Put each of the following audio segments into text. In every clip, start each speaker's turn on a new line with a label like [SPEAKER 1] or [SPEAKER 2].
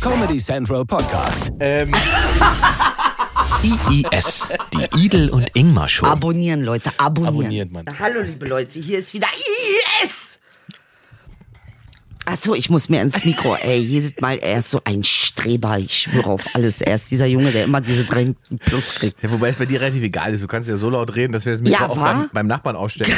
[SPEAKER 1] Comedy Central Podcast.
[SPEAKER 2] Ähm,
[SPEAKER 3] IIS, die Idel und Ingmar Show.
[SPEAKER 4] Abonnieren, Leute, abonnieren.
[SPEAKER 2] Abonniert, Mann.
[SPEAKER 4] Na, hallo, liebe Leute, hier ist wieder IS. Achso, ich muss mir ins Mikro, ey, jedes Mal, er ist so ein Streber, ich schwöre auf alles. Er ist dieser Junge, der immer diese drei Plus kriegt.
[SPEAKER 2] ja, wobei es bei dir relativ egal ist. Du kannst ja so laut reden, dass wir das mit
[SPEAKER 4] Ja,
[SPEAKER 2] auch
[SPEAKER 4] wahr?
[SPEAKER 2] beim, beim Nachbarn aufstellen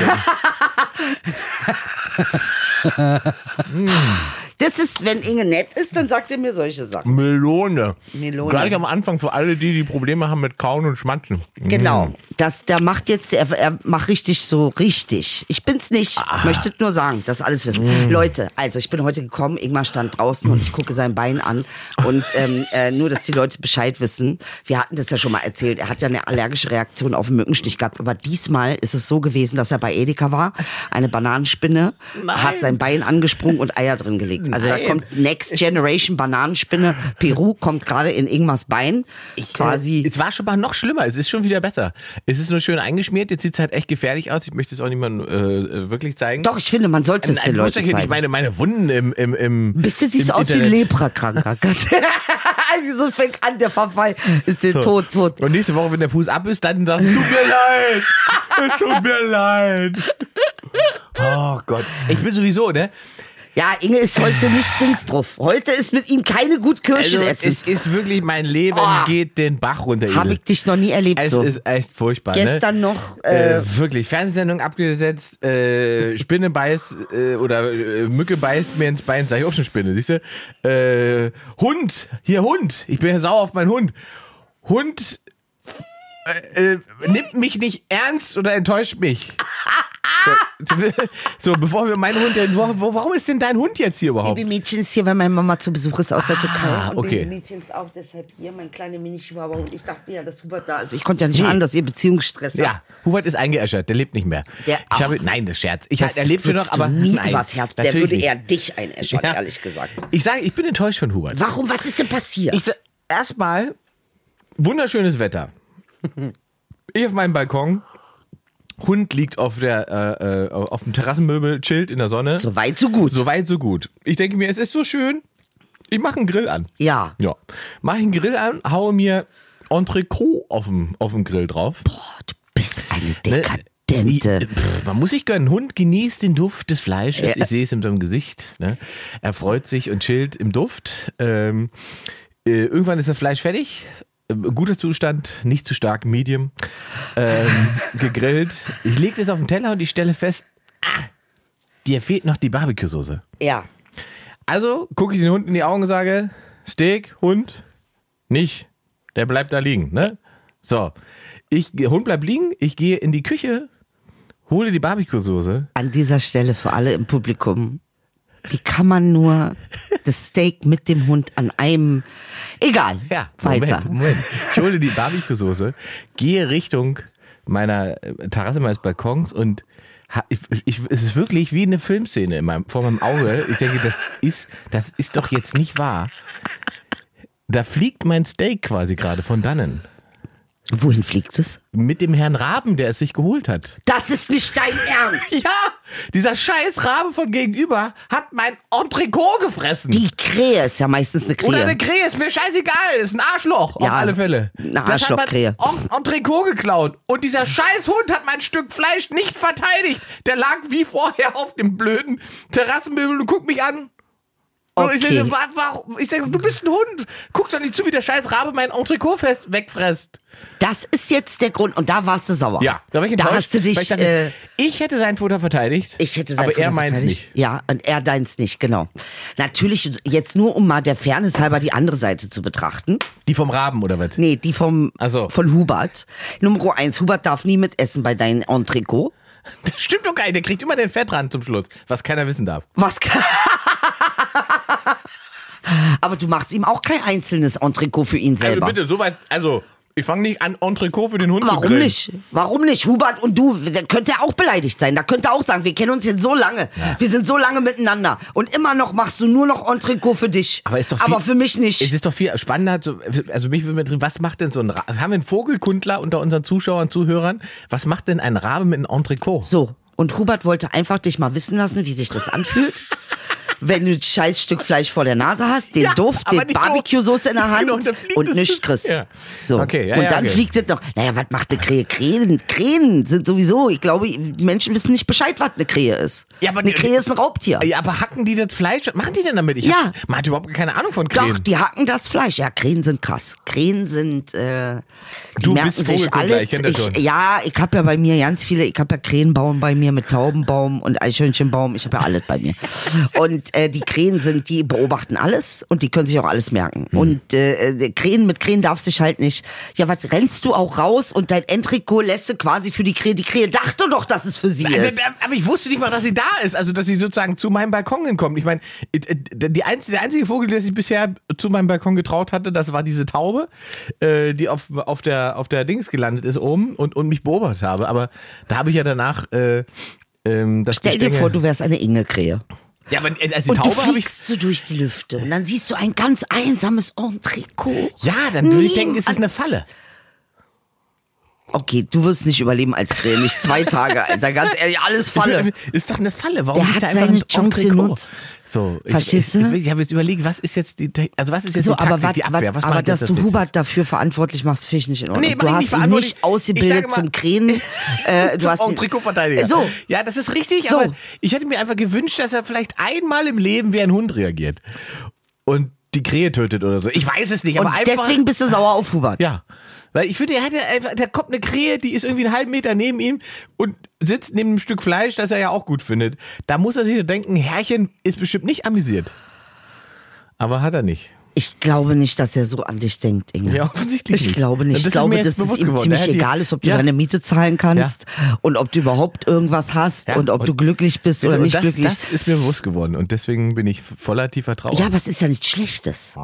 [SPEAKER 2] können.
[SPEAKER 4] Das ist, wenn Inge nett ist, dann sagt er mir solche Sachen.
[SPEAKER 2] Melone.
[SPEAKER 4] Melone.
[SPEAKER 2] Gleich am Anfang für alle die, die Probleme haben mit Kauen und Mhm. Schmatzen.
[SPEAKER 4] Genau, das, der macht jetzt, er, er macht richtig so richtig. Ich bin's nicht, möchtet nur sagen, dass alles wissen. Leute, also ich bin heute gekommen, Ingmar stand draußen und ich gucke sein Bein an und ähm, äh, nur, dass die Leute Bescheid wissen. Wir hatten das ja schon mal erzählt, er hat ja eine allergische Reaktion auf einen Mückenstich gehabt, aber diesmal ist es so gewesen, dass er bei Edeka war, eine Bananenspinne hat sein Bein angesprungen und Eier drin gelegt. Also da kommt Next Generation Bananenspinne, Peru kommt gerade in Ingmars Bein, quasi...
[SPEAKER 2] Es war schon mal noch schlimmer. Es ist schon wieder besser. Es ist nur schön eingeschmiert. Jetzt sieht es halt echt gefährlich aus. Ich möchte es auch niemandem äh, äh, wirklich zeigen.
[SPEAKER 4] Doch, ich finde, man sollte es den
[SPEAKER 2] muss doch
[SPEAKER 4] Leuten
[SPEAKER 2] hier
[SPEAKER 4] zeigen.
[SPEAKER 2] nicht meine, meine Wunden im. im, im
[SPEAKER 4] Bist du siehst
[SPEAKER 2] im
[SPEAKER 4] aus wie ein
[SPEAKER 2] Internet.
[SPEAKER 4] Leprakranker. Ganz- Wieso fängt an, der Verfall ist der Tod, tot.
[SPEAKER 2] Und nächste Woche, wenn der Fuß ab ist, dann sagst du, tut mir leid. Es tut mir leid. Oh Gott. Ich bin sowieso, ne?
[SPEAKER 4] Ja, Inge ist heute nicht Dings drauf. Heute ist mit ihm keine gut Kirschen
[SPEAKER 2] Also,
[SPEAKER 4] essen.
[SPEAKER 2] es ist wirklich, mein Leben
[SPEAKER 4] Oh.
[SPEAKER 2] geht den Bach runter. Edel.
[SPEAKER 4] Habe ich dich noch nie erlebt.
[SPEAKER 2] Also Es
[SPEAKER 4] So.
[SPEAKER 2] ist echt furchtbar.
[SPEAKER 4] Gestern
[SPEAKER 2] ne?
[SPEAKER 4] noch, äh,
[SPEAKER 2] äh, wirklich, Fernsehsendung abgesetzt, äh, Spinne beißt äh, oder äh, Mücke beißt mir ins Bein, sag ich auch schon Spinne, siehst du? Äh, Hund, hier Hund, ich bin ja sauer auf meinen Hund. Hund äh, äh, nimmt mich nicht ernst oder enttäuscht mich. So, so, bevor wir meinen Hund, wo- wo- warum ist denn dein Hund jetzt hier überhaupt?
[SPEAKER 4] Baby Mädchen ist hier, weil meine Mama zu Besuch ist aus der Türkei.
[SPEAKER 2] Ah, okay.
[SPEAKER 4] Baby Mädchen ist auch deshalb hier, mein kleiner Mini-Chihuahua. Und ich dachte ja, dass Hubert da ist. Ich konnte ja nicht
[SPEAKER 2] Nee.
[SPEAKER 4] an, dass ihr Beziehungsstress
[SPEAKER 2] Ja,
[SPEAKER 4] habt.
[SPEAKER 2] Hubert ist eingeäschert, der lebt nicht mehr.
[SPEAKER 4] Der-
[SPEAKER 2] ich habe, nein, das ist Scherz. Ich,
[SPEAKER 4] Das
[SPEAKER 2] er lebt ja noch,
[SPEAKER 4] würdest du
[SPEAKER 2] aber
[SPEAKER 4] nie
[SPEAKER 2] nein,
[SPEAKER 4] übers Herz. Der
[SPEAKER 2] natürlich
[SPEAKER 4] würde
[SPEAKER 2] nicht.
[SPEAKER 4] eher dich einäschern,
[SPEAKER 2] Ja.
[SPEAKER 4] ehrlich gesagt.
[SPEAKER 2] Ich sage, ich bin enttäuscht von Hubert.
[SPEAKER 4] Warum? Was ist denn passiert?
[SPEAKER 2] Ich sa- erstmal wunderschönes Wetter. Ich auf meinem Balkon. Hund liegt auf der äh, äh, auf dem Terrassenmöbel, chillt in der Sonne.
[SPEAKER 4] so weit, so gut.
[SPEAKER 2] So weit, so gut. Ich denke mir, es ist so schön. Ich mache einen Grill an.
[SPEAKER 4] ja.
[SPEAKER 2] Ja. Mache einen Grill an, haue mir Entrecot auf dem, auf dem Grill drauf.
[SPEAKER 4] Boah, du bist eine
[SPEAKER 2] Ne?
[SPEAKER 4] Dekadente.
[SPEAKER 2] I- Äh, Pff, man muss sich gönnen. Hund genießt den Duft des Fleisches.
[SPEAKER 4] Ja.
[SPEAKER 2] Ich sehe es in seinem Gesicht. Ne? Er freut sich und chillt im Duft. Ähm, äh, irgendwann ist das Fleisch fertig. Ähm, Guter Zustand, nicht zu stark, medium. Ähm, gegrillt. Ich lege das auf den Teller und ich stelle fest, ah, dir fehlt noch die Barbecue-Soße.
[SPEAKER 4] Ja.
[SPEAKER 2] Also gucke ich den Hund in die Augen und sage, Steak, Hund, nicht. Der bleibt da liegen, ne? So. Ich, der Hund bleibt liegen, ich gehe in die Küche, hole die Barbecue-Soße.
[SPEAKER 4] An dieser Stelle für alle im Publikum. Wie kann man nur das Steak mit dem Hund an einem. Egal.
[SPEAKER 2] Ja,
[SPEAKER 4] weiter.
[SPEAKER 2] Moment, Moment. Ich hole die Barbecue-Soße, gehe Richtung meiner äh, Terrasse meines Balkons und ha- ich, ich, es ist wirklich wie eine Filmszene in meinem, vor meinem Auge. Ich denke, das ist, das ist doch jetzt nicht wahr. Da fliegt mein Steak quasi gerade von dannen.
[SPEAKER 4] Wohin fliegt es?
[SPEAKER 2] Mit dem Herrn Raben, der es sich geholt hat.
[SPEAKER 4] Das ist nicht dein Ernst.
[SPEAKER 2] Ja! Dieser scheiß Rabe von gegenüber hat mein Entrecot gefressen.
[SPEAKER 4] Die Krähe ist ja meistens eine Krähe.
[SPEAKER 2] Oder eine Krähe, ist mir scheißegal, ist ein Arschloch, auf
[SPEAKER 4] Ja,
[SPEAKER 2] alle Fälle.
[SPEAKER 4] eine
[SPEAKER 2] Das hat mein
[SPEAKER 4] Arschlochkrähe.
[SPEAKER 2] En- Entrecot geklaut. Und dieser scheiß Hund hat mein Stück Fleisch nicht verteidigt. Der lag wie vorher auf dem blöden Terrassenmöbel und guckt mich an. Und ich
[SPEAKER 4] Okay.
[SPEAKER 2] denke, wa- warum? Ich denke, du bist ein Hund. Guck doch nicht zu, wie der scheiß Rabe mein Entrecot fest wegfresst.
[SPEAKER 4] das ist jetzt der Grund. Und da warst du sauer.
[SPEAKER 2] Ja, da, war ich enttäuscht,
[SPEAKER 4] da hast du dich.
[SPEAKER 2] weil
[SPEAKER 4] Ich,
[SPEAKER 2] Ich, dachte,
[SPEAKER 4] äh,
[SPEAKER 2] ich hätte sein Futter verteidigt.
[SPEAKER 4] ich hätte sein
[SPEAKER 2] Aber er
[SPEAKER 4] Futter
[SPEAKER 2] meint's
[SPEAKER 4] verteidigt.
[SPEAKER 2] nicht.
[SPEAKER 4] Ja, und er deins nicht, genau. Natürlich, jetzt nur um mal der Fairness halber die andere Seite zu betrachten.
[SPEAKER 2] Die vom Raben oder was?
[SPEAKER 4] Nee, die vom,
[SPEAKER 2] Ach so.
[SPEAKER 4] von Hubert. Nummer eins, Hubert darf nie mitessen bei deinem Entrecot.
[SPEAKER 2] Das stimmt doch gar nicht. Der kriegt immer den Fettrand zum Schluss, was keiner wissen darf.
[SPEAKER 4] Was kann... Aber du machst ihm auch kein einzelnes Entrecot für ihn selber.
[SPEAKER 2] soweit. Also, ich fange nicht an, Entrecot für den Hund
[SPEAKER 4] Warum nicht? Warum nicht? Hubert und du, da könnte er auch beleidigt sein. Da könnte er auch sagen, wir kennen uns jetzt so lange. Wir sind so lange miteinander. Und immer noch machst du nur noch Entrecot für dich.
[SPEAKER 2] Aber, ist doch viel,
[SPEAKER 4] Aber für mich nicht.
[SPEAKER 2] Es ist doch viel spannender. zu- Also, mich würde interessieren, was macht denn so ein Rabe? Haben wir einen Vogelkundler unter unseren Zuschauern, Zuhörern? Was macht denn ein Rabe mit einem Entrecot?
[SPEAKER 4] So, und Hubert wollte einfach dich mal wissen lassen, wie sich das anfühlt. wenn du ein scheiß Stück Fleisch vor der Nase hast, den
[SPEAKER 2] Ja,
[SPEAKER 4] Duft,
[SPEAKER 2] aber
[SPEAKER 4] den
[SPEAKER 2] nicht doof.
[SPEAKER 4] Barbecue-Soße in der Hand
[SPEAKER 2] Genau, und dann fliegt
[SPEAKER 4] und
[SPEAKER 2] es.
[SPEAKER 4] nichts kriegst.
[SPEAKER 2] Ja.
[SPEAKER 4] So.
[SPEAKER 2] Okay, ja,
[SPEAKER 4] und
[SPEAKER 2] ja,
[SPEAKER 4] dann
[SPEAKER 2] okay.
[SPEAKER 4] fliegt es noch. Naja, was macht eine Krähe? Krähen, Krähen sind sowieso, ich glaube, Menschen wissen nicht Bescheid, was eine Krähe ist.
[SPEAKER 2] Ja, aber
[SPEAKER 4] eine
[SPEAKER 2] die-
[SPEAKER 4] Krähe ist ein Raubtier.
[SPEAKER 2] Ja, aber hacken die das Fleisch? Was machen die denn damit? Ich
[SPEAKER 4] Ja.
[SPEAKER 2] hab, man hat überhaupt keine Ahnung von Krähen.
[SPEAKER 4] Doch, die hacken das Fleisch. Ja, Krähen sind krass. Krähen sind, äh, die
[SPEAKER 2] Du
[SPEAKER 4] merken
[SPEAKER 2] bist
[SPEAKER 4] sich
[SPEAKER 2] Vogelkundler,
[SPEAKER 4] alle.
[SPEAKER 2] ich kenn das schon.
[SPEAKER 4] ja, ich habe ja bei mir ganz viele, ich habe ja Krähenbaum bei mir mit Taubenbaum und Eichhörnchenbaum, ich habe ja alles bei mir. Und äh, die Krähen sind, die beobachten alles und die können sich auch alles merken.
[SPEAKER 2] Hm.
[SPEAKER 4] Und äh, äh, Krähen, mit Krähen darfst dich halt nicht. Ja, was rennst du auch raus und dein Entrikot lässt du quasi für die Krähe. Die Krähe dachte doch, dass es für sie
[SPEAKER 2] Also,
[SPEAKER 4] ist.
[SPEAKER 2] aber ich wusste nicht mal, dass sie da ist, also dass sie sozusagen zu meinem Balkon hinkommt. Ich meine, die einz- der einzige Vogel, der sich bisher zu meinem Balkon getraut hatte, das war diese Taube, äh, die auf, auf, der, auf der Dings gelandet ist oben und, und mich beobachtet habe. Aber da habe ich ja danach äh, ähm, das
[SPEAKER 4] Stell dir
[SPEAKER 2] Gestänge-
[SPEAKER 4] vor, du wärst eine Ingekrähe.
[SPEAKER 2] ja, aber, äh, also
[SPEAKER 4] Und
[SPEAKER 2] die
[SPEAKER 4] du
[SPEAKER 2] Taube habe ich
[SPEAKER 4] fliegst so durch die Lüfte und dann siehst du ein ganz einsames Entrikot.
[SPEAKER 2] Ja, dann würde ich
[SPEAKER 4] Nie-
[SPEAKER 2] denken, es ist eine Falle.
[SPEAKER 4] Okay, du wirst nicht überleben als Krähe, nicht zwei Tage, Alter. Ganz ehrlich, alles Falle.
[SPEAKER 2] Ist doch eine Falle. Warum
[SPEAKER 4] Der
[SPEAKER 2] nicht
[SPEAKER 4] hat
[SPEAKER 2] da einfach
[SPEAKER 4] seine
[SPEAKER 2] ein
[SPEAKER 4] Chance
[SPEAKER 2] Entrikot?
[SPEAKER 4] genutzt.
[SPEAKER 2] So, ich-
[SPEAKER 4] Verstehst du?
[SPEAKER 2] Ich, ich, ich habe jetzt überlegt, was ist jetzt die, Te- also was ist jetzt
[SPEAKER 4] So,
[SPEAKER 2] die Taktik,
[SPEAKER 4] aber, wat,
[SPEAKER 2] die Abwehr? Was
[SPEAKER 4] aber
[SPEAKER 2] macht jetzt
[SPEAKER 4] dass
[SPEAKER 2] das
[SPEAKER 4] du
[SPEAKER 2] Business?
[SPEAKER 4] Hubert dafür verantwortlich machst, finde ich nicht in Ordnung.
[SPEAKER 2] Nee, mach
[SPEAKER 4] du
[SPEAKER 2] ich
[SPEAKER 4] hast
[SPEAKER 2] nicht
[SPEAKER 4] ihn
[SPEAKER 2] verantwortlich.
[SPEAKER 4] nicht ausgebildet
[SPEAKER 2] Ich sage mal-
[SPEAKER 4] zum Krähen. Äh, du
[SPEAKER 2] zum
[SPEAKER 4] hast ihn-
[SPEAKER 2] Trikotverteidiger.
[SPEAKER 4] So,
[SPEAKER 2] Ja, das ist richtig,
[SPEAKER 4] So.
[SPEAKER 2] aber ich hätte mir einfach gewünscht, dass er vielleicht einmal im Leben wie ein Hund reagiert. Und die Krähe tötet oder so. Ich weiß es nicht,
[SPEAKER 4] und
[SPEAKER 2] aber einfach.
[SPEAKER 4] deswegen bist du sauer auf Hubert.
[SPEAKER 2] ja. Weil ich finde, er hat ja einfach, da kommt eine Krähe, die ist irgendwie einen halben Meter neben ihm und sitzt neben einem Stück Fleisch, das er ja auch gut findet. Da muss er sich so denken, Herrchen ist bestimmt nicht amüsiert. Aber hat er nicht.
[SPEAKER 4] Ich glaube nicht, dass er so an dich denkt, Inge.
[SPEAKER 2] Ja, offensichtlich
[SPEAKER 4] Ich
[SPEAKER 2] nicht.
[SPEAKER 4] glaube nicht.
[SPEAKER 2] Das
[SPEAKER 4] Ich
[SPEAKER 2] ist mir
[SPEAKER 4] glaube,
[SPEAKER 2] jetzt
[SPEAKER 4] dass es
[SPEAKER 2] bewusst
[SPEAKER 4] ihm
[SPEAKER 2] geworden.
[SPEAKER 4] ziemlich
[SPEAKER 2] Er hat die-
[SPEAKER 4] egal ist, ob du
[SPEAKER 2] Ja.
[SPEAKER 4] deine Miete zahlen kannst und ob du überhaupt irgendwas hast
[SPEAKER 2] Ja,
[SPEAKER 4] und ob
[SPEAKER 2] und-
[SPEAKER 4] du glücklich bist oder
[SPEAKER 2] Und
[SPEAKER 4] nicht
[SPEAKER 2] das,
[SPEAKER 4] glücklich.
[SPEAKER 2] das ist mir bewusst geworden und deswegen bin ich voller tiefer Trauer.
[SPEAKER 4] Ja, aber es ist ja nichts Schlechtes.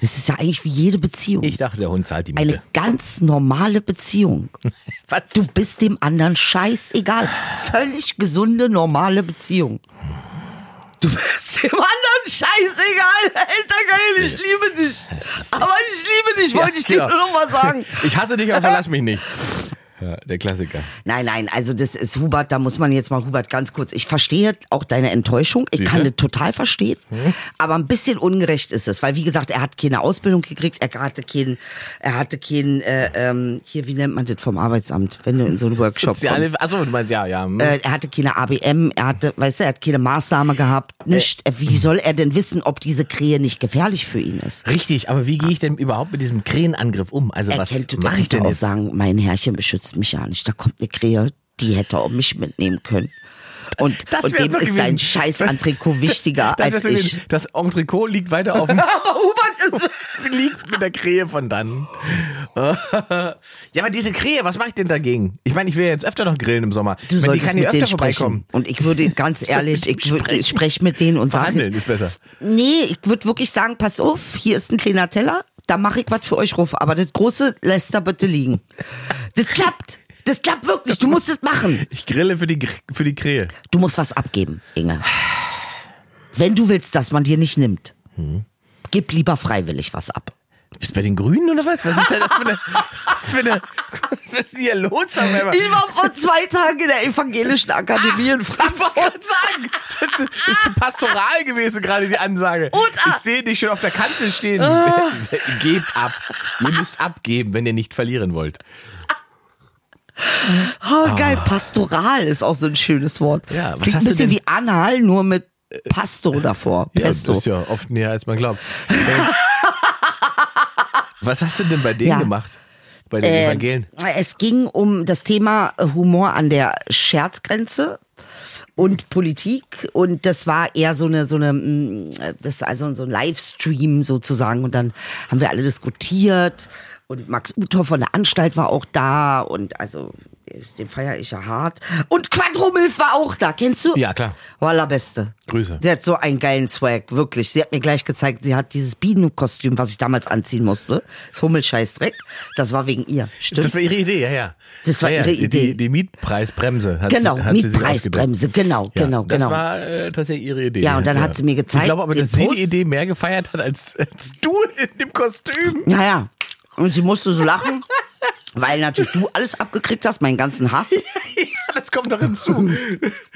[SPEAKER 4] Das ist ja eigentlich wie jede Beziehung.
[SPEAKER 2] ich dachte, der Hund zahlt die Miete.
[SPEAKER 4] Eine ganz normale Beziehung.
[SPEAKER 2] Was?
[SPEAKER 4] Du bist dem anderen scheißegal. Völlig gesunde, normale Beziehung. Du bist dem anderen scheißegal. Alter, geil, ich liebe dich. Aber ich liebe dich, wollte ich dir
[SPEAKER 2] genau.
[SPEAKER 4] nur noch mal sagen.
[SPEAKER 2] Ich hasse dich, aber verlass mich nicht. Ja, der Klassiker.
[SPEAKER 4] Nein, nein, also das ist Hubert, da muss man jetzt mal Hubert ganz kurz. Ich verstehe auch deine Enttäuschung, ich
[SPEAKER 2] Siehste?
[SPEAKER 4] kann das total verstehen, aber ein bisschen ungerecht ist es, weil wie gesagt, er hat keine Ausbildung gekriegt, er hatte keinen, er hatte keinen, äh, ähm, hier wie nennt man das vom Arbeitsamt, wenn du in so einen Workshop
[SPEAKER 2] Soziale,
[SPEAKER 4] kommst.
[SPEAKER 2] achso, du meinst, ja, ja. hm.
[SPEAKER 4] Äh, Er hatte keine ABM, er hatte, weißt du, er hat keine Maßnahme gehabt, nicht. Wie soll er denn wissen, ob diese Krähe nicht gefährlich für ihn ist?
[SPEAKER 2] Richtig, aber wie gehe ich denn überhaupt mit diesem Krähenangriff um? Also,
[SPEAKER 4] Er
[SPEAKER 2] was
[SPEAKER 4] kennt, du
[SPEAKER 2] mache ich
[SPEAKER 4] kannst
[SPEAKER 2] denn
[SPEAKER 4] auch
[SPEAKER 2] jetzt?
[SPEAKER 4] sagen, mein Herrchen beschützt mich ja nicht. Da kommt eine Krähe, die hätte auch mich mitnehmen können. Und,
[SPEAKER 2] Das
[SPEAKER 4] und
[SPEAKER 2] wär
[SPEAKER 4] dem
[SPEAKER 2] so
[SPEAKER 4] ist sein
[SPEAKER 2] gewesen.
[SPEAKER 4] scheiß Antrikot wichtiger
[SPEAKER 2] Das,
[SPEAKER 4] als
[SPEAKER 2] das,
[SPEAKER 4] ich.
[SPEAKER 2] das Entrikot liegt weiter auf dem
[SPEAKER 4] Aber Hubert ist...
[SPEAKER 2] liegt mit der Krähe von dann. ja, aber diese Krähe, was mache ich denn dagegen? Ich meine, ich will ja jetzt öfter noch grillen im Sommer.
[SPEAKER 4] Du
[SPEAKER 2] ich meine, die
[SPEAKER 4] solltest
[SPEAKER 2] kann hier
[SPEAKER 4] mit denen
[SPEAKER 2] öfter vorbeikommen.
[SPEAKER 4] sprechen. Und ich würde ganz ehrlich, ich würde spreche mit denen und sage,
[SPEAKER 2] Verhandeln ist besser.
[SPEAKER 4] nee, ich würde wirklich sagen, pass auf, hier ist ein kleiner Teller, da mache ich was für euch ruf, aber das große lässt da bitte liegen. Das klappt. Das klappt wirklich, du musst es machen.
[SPEAKER 2] Ich grille für die, Gr- für die Krähe.
[SPEAKER 4] Du musst was abgeben, Inge. Wenn du willst, dass man dir nicht nimmt, gib lieber freiwillig was ab.
[SPEAKER 2] Du bist bei den Grünen oder was? Was ist denn das für eine. Für eine was ist denn hier los? auf einmal?
[SPEAKER 4] Ich war vor zwei Tagen in der Evangelischen Akademie in Frankfurt.
[SPEAKER 2] sagen. Das ist, ist so pastoral gewesen, gerade die Ansage.
[SPEAKER 4] Und ab. Ah.
[SPEAKER 2] ich sehe dich schon auf der Kante stehen. Gebt ab. Ihr müsst abgeben, wenn ihr nicht verlieren wollt.
[SPEAKER 4] Oh, geil, pastoral ist auch so ein schönes Wort.
[SPEAKER 2] Ja, was
[SPEAKER 4] Klingt
[SPEAKER 2] hast
[SPEAKER 4] ein
[SPEAKER 2] du
[SPEAKER 4] bisschen
[SPEAKER 2] denn-
[SPEAKER 4] wie anal, nur mit Pasto davor.
[SPEAKER 2] Ja,
[SPEAKER 4] Pesto.
[SPEAKER 2] das ist ja oft näher, als man glaubt. Ähm, was hast du denn bei denen
[SPEAKER 4] Ja.
[SPEAKER 2] gemacht? Bei den
[SPEAKER 4] Ähm,
[SPEAKER 2] Evangelien?
[SPEAKER 4] Es ging um das Thema Humor an der Scherzgrenze und Politik und das war eher so eine so eine mm, das ist also so ein Livestream sozusagen und dann haben wir alle diskutiert und Max Uthoff von der Anstalt war auch da und also den feiere ich ja hart und Quadrumilf war auch da kennst du
[SPEAKER 2] Ja, klar.
[SPEAKER 4] war la beste
[SPEAKER 2] Grüße.
[SPEAKER 4] Sie hat so einen geilen Swag, wirklich. Sie hat mir gleich gezeigt, sie hat dieses Bienenkostüm, was ich damals anziehen musste. Das Hummelscheißdreck. Das war wegen ihr. Stimmt.
[SPEAKER 2] Das war ihre Idee, ja, ja.
[SPEAKER 4] Das war
[SPEAKER 2] ja, ja,
[SPEAKER 4] ihre
[SPEAKER 2] die,
[SPEAKER 4] Idee.
[SPEAKER 2] Die, die Mietpreisbremse hat
[SPEAKER 4] genau,
[SPEAKER 2] sie, hat sie sich ausgedacht.
[SPEAKER 4] Mietpreisbremse, genau,
[SPEAKER 2] Ja,
[SPEAKER 4] genau,
[SPEAKER 2] das
[SPEAKER 4] genau.
[SPEAKER 2] war äh, tatsächlich ihre Idee.
[SPEAKER 4] Ja, und dann hat sie mir gezeigt,
[SPEAKER 2] Ich glaube aber,
[SPEAKER 4] den
[SPEAKER 2] dass sie
[SPEAKER 4] Post.
[SPEAKER 2] die Idee mehr gefeiert hat als, als du in dem Kostüm.
[SPEAKER 4] naja, und sie musste so lachen, weil natürlich du alles abgekriegt hast, meinen ganzen Hass.
[SPEAKER 2] Ja, das kommt noch hinzu.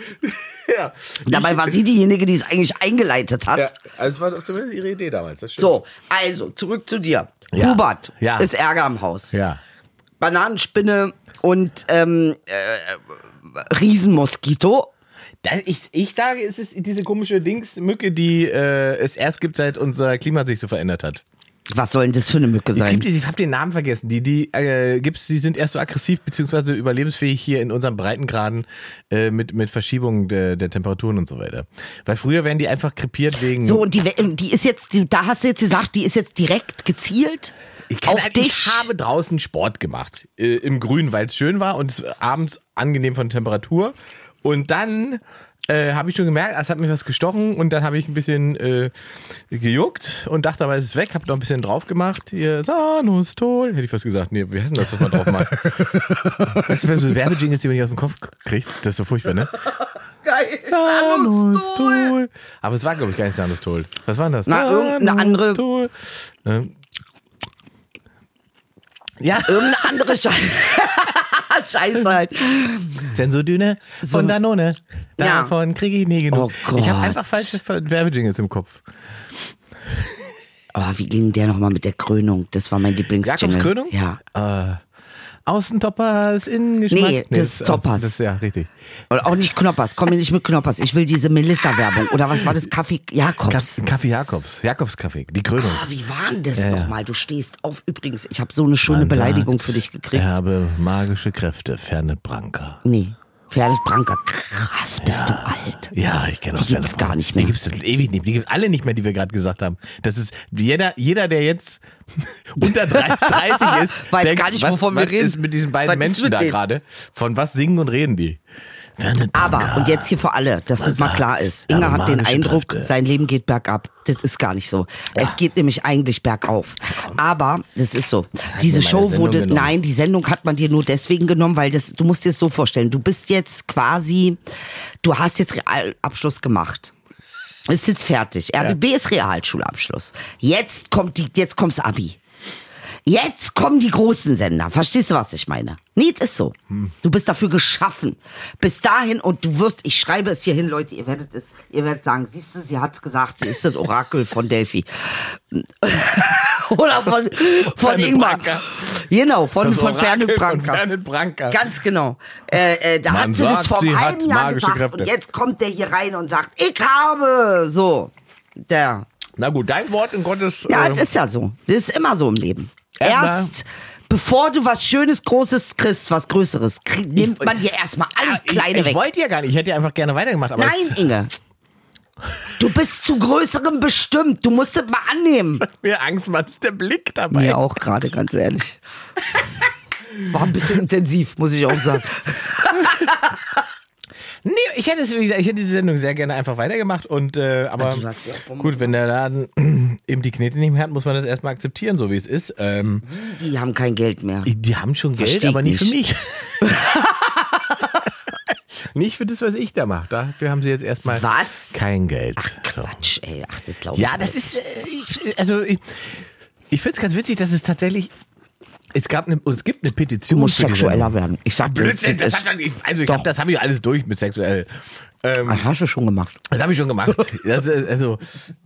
[SPEAKER 2] ja.
[SPEAKER 4] Dabei war sie diejenige, die es eigentlich eingeleitet hat.
[SPEAKER 2] Ja, also war das zumindest ihre Idee damals. Das stimmt.
[SPEAKER 4] So, also zurück zu dir.
[SPEAKER 2] Ja.
[SPEAKER 4] Hubert
[SPEAKER 2] Ja.
[SPEAKER 4] ist Ärger am Haus.
[SPEAKER 2] Ja.
[SPEAKER 4] Bananenspinne und ähm, äh, Riesenmoskito.
[SPEAKER 2] Das, ich, ich sage, es ist diese komische Dingsmücke, die äh, es erst gibt, seit unser Klima sich so verändert hat.
[SPEAKER 4] Was soll denn das für eine Mücke
[SPEAKER 2] Es
[SPEAKER 4] sein?
[SPEAKER 2] gibt diese, ich habe den Namen vergessen. Die, die äh, gibt's, die sind erst so aggressiv bzw. überlebensfähig hier in unseren Breitengraden äh, mit, mit Verschiebungen der, der Temperaturen und so weiter. Weil früher wären die einfach krepiert wegen.
[SPEAKER 4] so, und die, We- und die ist jetzt, die, da hast du jetzt gesagt, die ist jetzt direkt gezielt
[SPEAKER 2] ich, kenn
[SPEAKER 4] auf
[SPEAKER 2] halt-
[SPEAKER 4] dich.
[SPEAKER 2] ich habe draußen Sport gemacht. Äh, Im Grün, weil es schön war und es war abends angenehm von Temperatur. Und dann äh, habe ich schon gemerkt, es hat mich was gestochen und dann habe ich ein bisschen äh, gejuckt und dachte, aber es ist weg. Habe noch ein bisschen drauf gemacht. Hier, Sanustol. Hätte ich was gesagt. Nee, wie heißt denn das, was man drauf macht? weißt du, wenn so Werbejingles, die man nicht aus dem Kopf kriegt, das ist so furchtbar, ne?
[SPEAKER 4] Geil.
[SPEAKER 2] Sanustol. Aber es war, glaube ich, gar nicht Sanustol. Was war denn das?
[SPEAKER 4] Na, irgendeine andere-
[SPEAKER 2] Sanustol. Ähm. Ja.
[SPEAKER 4] Irgendeine andere Scheiße. Scheiße halt.
[SPEAKER 2] Sensodüne von Danone.
[SPEAKER 4] Ja.
[SPEAKER 2] Davon kriege ich nie genug.
[SPEAKER 4] Oh Gott.
[SPEAKER 2] ich habe einfach falsche Ver- Werbejingles im Kopf.
[SPEAKER 4] Oh, wie ging der nochmal mit der Krönung? Das war mein Lieblingsjingle.
[SPEAKER 2] Jakobs Krönung?
[SPEAKER 4] Ja.
[SPEAKER 2] Äh, Außentoppers, Innengeschmack.
[SPEAKER 4] Nee, das ist Toppers.
[SPEAKER 2] Das, ja, richtig.
[SPEAKER 4] Und auch nicht Knoppers. Komm mir nicht mit Knoppers. Ich will diese Melitta-Werbung. Oder was war das? Kaffee Jakobs.
[SPEAKER 2] Kaff- Kaffee Jakobs. Jakobskaffee. Die Krönung.
[SPEAKER 4] Ah, wie war denn das
[SPEAKER 2] Ja, ja.
[SPEAKER 4] nochmal? Du stehst auf. Übrigens, ich habe so eine schöne Beleidigung für dich gekriegt.
[SPEAKER 2] Ich habe magische Kräfte. Ferne Branka.
[SPEAKER 4] Nee. Fernet Branca. Krass, bist du alt.
[SPEAKER 2] Ja, ich kenne auch
[SPEAKER 4] Die
[SPEAKER 2] Ferne
[SPEAKER 4] gibt's
[SPEAKER 2] Branca.
[SPEAKER 4] gar nicht mehr.
[SPEAKER 2] Die gibt's ewig nicht. Die gibt's alle nicht mehr, die wir gerade gesagt haben. Das ist jeder, jeder der jetzt unter 30, 30 ist,
[SPEAKER 4] Weiß gar nicht,
[SPEAKER 2] was,
[SPEAKER 4] wovon wir
[SPEAKER 2] was
[SPEAKER 4] reden.
[SPEAKER 2] ist mit diesen beiden
[SPEAKER 4] Was ist
[SPEAKER 2] Menschen
[SPEAKER 4] mit
[SPEAKER 2] da
[SPEAKER 4] denen?
[SPEAKER 2] gerade? Von was singen und reden die? Ferne Branca.
[SPEAKER 4] Aber, und jetzt hier für alle, dass das mal
[SPEAKER 2] sagt's?
[SPEAKER 4] klar ist. Inge hat den
[SPEAKER 2] Aromatische
[SPEAKER 4] Eindruck,
[SPEAKER 2] Kräfte.
[SPEAKER 4] sein Leben geht bergab. Das ist gar nicht so. Es geht nämlich eigentlich bergauf. Aber, das ist so. Diese
[SPEAKER 2] mir meine
[SPEAKER 4] Show
[SPEAKER 2] Sendung
[SPEAKER 4] wurde,
[SPEAKER 2] genommen.
[SPEAKER 4] nein, die Sendung hat man dir nur deswegen genommen, weil das, du musst dir es so vorstellen. Du bist jetzt quasi, du hast jetzt Realabschluss gemacht. Ist jetzt fertig. RBB ist Realschulabschluss. Jetzt kommt die, jetzt kommt's Abi. Jetzt kommen die großen Sender. Verstehst du, was ich meine? Need ist so.
[SPEAKER 2] Hm.
[SPEAKER 4] Du bist dafür geschaffen. Bis dahin und du wirst, ich schreibe es hier hin, Leute, ihr werdet es, ihr werdet sagen, siehst du, sie hat's gesagt, sie ist das Orakel von Delphi. Oder von, von
[SPEAKER 2] Ferne
[SPEAKER 4] Ingmar.
[SPEAKER 2] Branca.
[SPEAKER 4] Genau, von,
[SPEAKER 2] Das
[SPEAKER 4] von
[SPEAKER 2] Orakel
[SPEAKER 4] Ferne
[SPEAKER 2] von
[SPEAKER 4] Branca.
[SPEAKER 2] Ferne Branca.
[SPEAKER 4] Ganz genau. Äh, äh, da
[SPEAKER 2] Man
[SPEAKER 4] hat sie das
[SPEAKER 2] sagt,
[SPEAKER 4] vor
[SPEAKER 2] sie
[SPEAKER 4] einem
[SPEAKER 2] hat
[SPEAKER 4] Jahr
[SPEAKER 2] magische
[SPEAKER 4] gesagt
[SPEAKER 2] Kräfte.
[SPEAKER 4] und jetzt kommt der hier rein und sagt, ich habe, so, der.
[SPEAKER 2] Na gut, dein Wort in Gottes.
[SPEAKER 4] Ja,
[SPEAKER 2] äh,
[SPEAKER 4] das ist ja so. Das ist immer so im Leben.
[SPEAKER 2] Erstmal-
[SPEAKER 4] Erst bevor du was Schönes, Großes kriegst, was Größeres, krieg, nimmt man dir erstmal alles
[SPEAKER 2] Ah, ich,
[SPEAKER 4] Kleine
[SPEAKER 2] ich
[SPEAKER 4] weg.
[SPEAKER 2] wollte ja gar nicht. Ich hätte ja einfach gerne weitergemacht. Aber
[SPEAKER 4] Nein, Inge. Du bist zu Größerem bestimmt. Du musst es mal annehmen.
[SPEAKER 2] Es, mir Angst macht ist der Blick dabei.
[SPEAKER 4] Mir auch gerade, ganz ehrlich. War ein bisschen intensiv, muss ich auch sagen.
[SPEAKER 2] Nee, ich hätte es, wie gesagt, ich hätte die Sendung sehr gerne einfach weitergemacht und äh, aber
[SPEAKER 4] du hast ja auch Bomben
[SPEAKER 2] gut, wenn der Laden eben die Knete nicht mehr hat, muss man das erstmal akzeptieren, so wie es ist. Ähm,
[SPEAKER 4] Die haben kein Geld mehr.
[SPEAKER 2] die, die haben schon Geld,
[SPEAKER 4] Versteh ich
[SPEAKER 2] aber nicht,
[SPEAKER 4] nicht.
[SPEAKER 2] für mich. nicht für das, was ich da mache. Dafür haben sie jetzt erstmal
[SPEAKER 4] Was?
[SPEAKER 2] kein Geld. so.
[SPEAKER 4] Quatsch, ey. Ach, das glaube ich
[SPEAKER 2] Ja, das
[SPEAKER 4] nicht.
[SPEAKER 2] ist, äh, ich, also ich, ich finde es ganz witzig, dass es tatsächlich, es gab eine, es gibt eine Petition.
[SPEAKER 4] Du musst
[SPEAKER 2] für die
[SPEAKER 4] sexueller
[SPEAKER 2] Sendung.
[SPEAKER 4] werden. Ich sag dir,
[SPEAKER 2] Blödsinn, das
[SPEAKER 4] ist-
[SPEAKER 2] hat doch nicht, also ich
[SPEAKER 4] Doch.
[SPEAKER 2] hab, das habe ich alles durch mit sexuell. Ähm,
[SPEAKER 4] Ach, Ah, hast du schon gemacht.
[SPEAKER 2] das habe ich schon gemacht. Das, äh, also,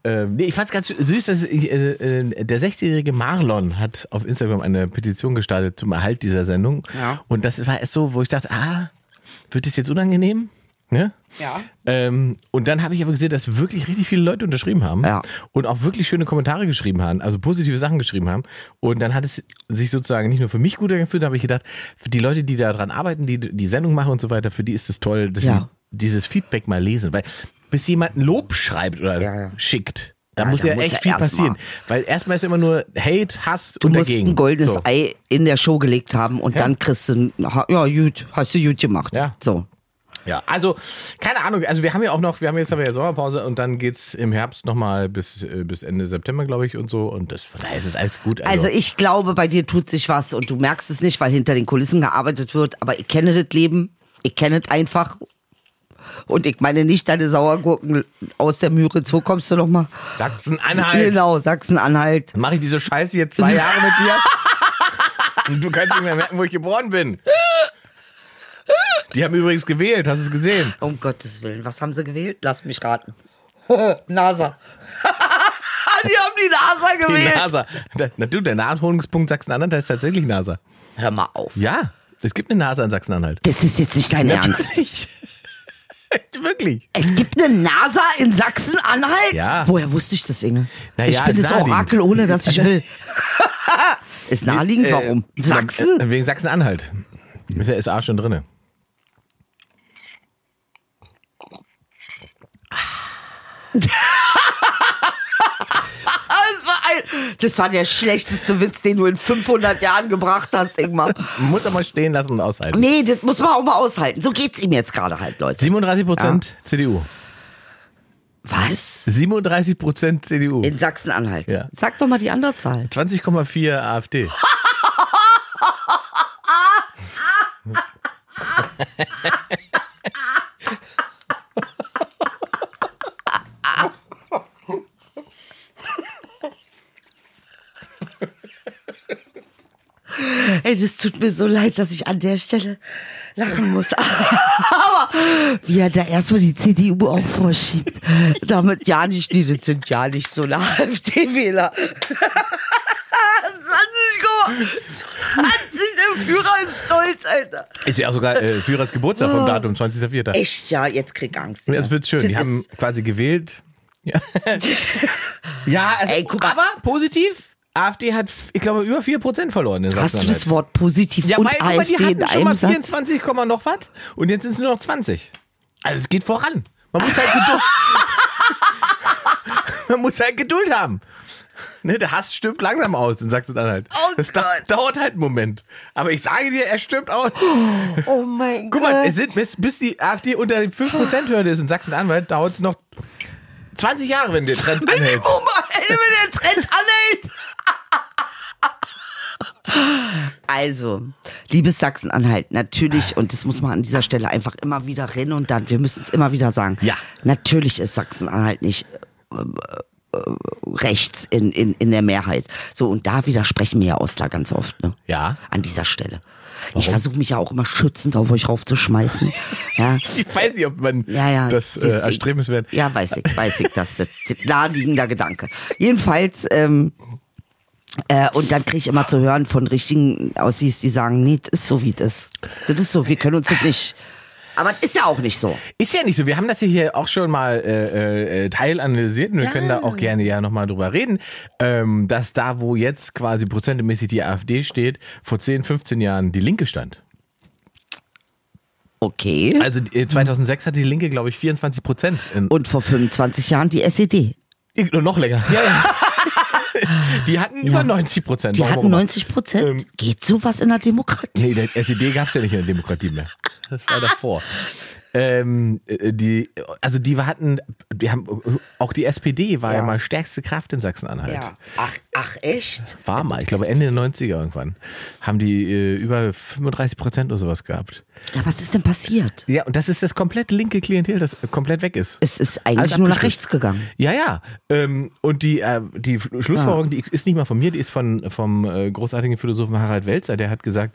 [SPEAKER 2] ähm, nee, ich fand's ganz süß, dass ich, äh, äh, der 16-jährige Marlon hat auf Instagram eine Petition gestartet zum Erhalt dieser Sendung.
[SPEAKER 4] Ja.
[SPEAKER 2] Und das war erst so, wo ich dachte, ah, wird das jetzt unangenehm? Ne?
[SPEAKER 4] Ja.
[SPEAKER 2] Ähm, und dann habe ich aber gesehen, dass wirklich richtig viele Leute unterschrieben haben
[SPEAKER 4] Ja.
[SPEAKER 2] und auch wirklich schöne Kommentare geschrieben haben, also positive Sachen geschrieben haben. Und dann hat es sich sozusagen nicht nur für mich gut angefühlt, da habe ich gedacht, für die Leute, die da dran arbeiten, die die Sendung machen und so weiter, für die ist es toll, dass
[SPEAKER 4] Ja.
[SPEAKER 2] sie dieses Feedback mal lesen. Weil bis jemand ein Lob schreibt oder
[SPEAKER 4] Ja, ja.
[SPEAKER 2] schickt, da
[SPEAKER 4] Ja,
[SPEAKER 2] muss
[SPEAKER 4] da
[SPEAKER 2] ja
[SPEAKER 4] muss
[SPEAKER 2] echt
[SPEAKER 4] ja
[SPEAKER 2] viel
[SPEAKER 4] erst mal.
[SPEAKER 2] passieren. Weil erstmal ist immer nur Hate, Hass
[SPEAKER 4] Du
[SPEAKER 2] und
[SPEAKER 4] musst
[SPEAKER 2] dagegen.
[SPEAKER 4] ein goldenes
[SPEAKER 2] so.
[SPEAKER 4] Ei in der Show gelegt haben und dann kriegst du, ein- ha- ja gut, hast du gut gemacht.
[SPEAKER 2] Ja.
[SPEAKER 4] So.
[SPEAKER 2] Ja, also keine Ahnung. Also wir haben ja auch noch, wir haben jetzt haben wir ja Sommerpause und dann geht's im Herbst nochmal bis äh, bis Ende September, glaube ich, und so. Und das von daher ist es alles gut.
[SPEAKER 4] Also ich glaube, bei dir tut sich was und du merkst es nicht, weil hinter den Kulissen gearbeitet wird, aber ich kenne das Leben, ich kenne das einfach. Und ich meine nicht deine Sauergurken aus der Müritz. Wo kommst du nochmal?
[SPEAKER 2] Sachsen-Anhalt.
[SPEAKER 4] Also, Genau, Sachsen-Anhalt.
[SPEAKER 2] Mache ich diese Scheiße jetzt zwei Jahre mit dir? und du kannst nicht mehr merken, wo ich geboren bin. Die haben übrigens gewählt, hast du es gesehen?
[SPEAKER 4] Um Gottes Willen, was haben sie gewählt? Lass mich raten. NASA. die haben die NASA
[SPEAKER 2] Die
[SPEAKER 4] gewählt.
[SPEAKER 2] NASA. Da, na du, der Nachholungspunkt Sachsen-Anhalt heißt tatsächlich NASA.
[SPEAKER 4] Hör mal auf.
[SPEAKER 2] Ja, es gibt eine NASA in Sachsen-Anhalt.
[SPEAKER 4] Das ist jetzt nicht dein Ernst.
[SPEAKER 2] Wirklich.
[SPEAKER 4] Es gibt eine NASA in Sachsen-Anhalt?
[SPEAKER 2] Ja.
[SPEAKER 4] Woher wusste ich das, Inge?
[SPEAKER 2] Na
[SPEAKER 4] ich
[SPEAKER 2] ja,
[SPEAKER 4] bin
[SPEAKER 2] ist
[SPEAKER 4] das
[SPEAKER 2] naheliegend.
[SPEAKER 4] Orakel, ohne dass ich will. ist naheliegend,
[SPEAKER 2] Äh,
[SPEAKER 4] warum? Sachsen?
[SPEAKER 2] Wegen Sachsen-Anhalt. Ist ja SA schon drinne.
[SPEAKER 4] Ah, Das war, ein, das war der schlechteste Witz, den du in 500 Jahren gebracht hast, Ingmar.
[SPEAKER 2] Muss aber stehen lassen und aushalten.
[SPEAKER 4] Nee, das muss man auch mal aushalten. So geht's ihm jetzt gerade halt, Leute.
[SPEAKER 2] 37 Prozent CDU.
[SPEAKER 4] Was?
[SPEAKER 2] 37 Prozent CDU.
[SPEAKER 4] In Sachsen-Anhalt.
[SPEAKER 2] Ja.
[SPEAKER 4] Sag doch mal die andere Zahl.
[SPEAKER 2] 20,4 AfD.
[SPEAKER 4] Ey, das tut mir so leid, dass ich an der Stelle lachen muss. Aber wie er da erstmal die CDU auch vorschiebt. Damit ja nicht, die das sind ja nicht so eine AfD-Wähler. 20, 20 im Führer ist stolz, Alter.
[SPEAKER 2] Ist ja auch sogar äh, Führers Geburtstag vom Datum, 20.04.
[SPEAKER 4] Echt, ja, jetzt krieg Angst.
[SPEAKER 2] Ja, Es wird schön.
[SPEAKER 4] Oh. Das
[SPEAKER 2] Die haben
[SPEAKER 4] ist-
[SPEAKER 2] quasi gewählt. Ja, ja also,
[SPEAKER 4] Ey, guck mal.
[SPEAKER 2] aber positiv. AfD hat, ich glaube, über 4 Prozent verloren in
[SPEAKER 4] Hast du
[SPEAKER 2] Sachsen-Anhalt.
[SPEAKER 4] das Wort positiv
[SPEAKER 2] Ja,
[SPEAKER 4] und
[SPEAKER 2] weil, guck mal,
[SPEAKER 4] AfD
[SPEAKER 2] die
[SPEAKER 4] in
[SPEAKER 2] hatten schon
[SPEAKER 4] einem
[SPEAKER 2] mal
[SPEAKER 4] Satz?
[SPEAKER 2] 24, Komma noch was und jetzt sind es nur noch 20. Also es geht voran. Man muss halt Geduld. Man muss halt Geduld haben. Ne, der Hass stirbt langsam aus in Sachsen-Anhalt.
[SPEAKER 4] Oh
[SPEAKER 2] halt. das dau-
[SPEAKER 4] Gott.
[SPEAKER 2] dauert halt einen Moment. Aber ich sage dir, er stirbt aus.
[SPEAKER 4] Oh mein
[SPEAKER 2] Guck mal, es sind, bis, bis die AfD unter die 5%-Hürde ist in Sachsen-Anhalt, dauert es noch 20 Jahre, wenn der Trend anhält.
[SPEAKER 4] Oh mein, wenn der Trend anhält. Also, liebes Sachsen-Anhalt, natürlich, und das muss man an dieser Stelle einfach immer wieder rennen und dann, wir müssen es immer wieder sagen.
[SPEAKER 2] Ja.
[SPEAKER 4] Natürlich ist Sachsen-Anhalt nicht äh, rechts in, in, in der Mehrheit. So, und da widersprechen mir ja Ostler ganz oft, ne?
[SPEAKER 2] Ja.
[SPEAKER 4] An dieser Stelle. Ich versuche mich ja auch immer schützend auf euch raufzuschmeißen. ja.
[SPEAKER 2] Ich weiß nicht, ob man
[SPEAKER 4] Ja, ja.
[SPEAKER 2] das äh,
[SPEAKER 4] weiß ich.
[SPEAKER 2] erstrebenswert.
[SPEAKER 4] Ja, weiß ich, weiß ich, das ist ein naheliegender Gedanke. Jedenfalls, ähm, äh, und dann kriege ich immer zu hören von richtigen Aussies, die sagen, nee, das ist so, wie das ist. Das ist so, wir können uns das nicht. Aber das ist ja auch nicht so.
[SPEAKER 2] Ist ja nicht so. Wir haben das ja hier auch schon mal äh, äh, teilanalysiert und wir können da auch gerne ja nochmal drüber reden, ähm, dass da, wo jetzt quasi prozentemäßig die AfD steht, vor 10, 15 Jahren die Linke stand.
[SPEAKER 4] Okay.
[SPEAKER 2] Also äh, 2006 hatte die Linke, glaube ich, 24 Prozent.
[SPEAKER 4] Und vor 25 Jahren die SED.
[SPEAKER 2] Noch länger. Ja, ja. die hatten über 90 Prozent.
[SPEAKER 4] Die hatten 90
[SPEAKER 2] Ähm,
[SPEAKER 4] Prozent. Geht sowas in der Demokratie?
[SPEAKER 2] Nee, der SED gab es ja nicht in der Demokratie mehr. Das war davor. Ähm, äh, die, also die hatten, die haben, äh, auch die SPD war ja,
[SPEAKER 4] Ja.
[SPEAKER 2] mal stärkste Kraft in Sachsen-Anhalt.
[SPEAKER 4] Ach, ach, echt?
[SPEAKER 2] War mal, ich glaube Ende der 90er irgendwann, haben die äh, über 35 Prozent oder sowas gehabt.
[SPEAKER 4] Ja, was ist denn passiert?
[SPEAKER 2] Ja, und das ist das komplett linke Klientel, das komplett weg ist.
[SPEAKER 4] Es ist
[SPEAKER 2] Alles
[SPEAKER 4] eigentlich nur nach
[SPEAKER 2] abgestürzt.
[SPEAKER 4] rechts gegangen.
[SPEAKER 2] Ja, ja. Ähm, und die, äh, die Schlussfolgerung, die ist nicht mal von mir, die ist von, vom äh, großartigen Philosophen Harald Welzer, der hat gesagt,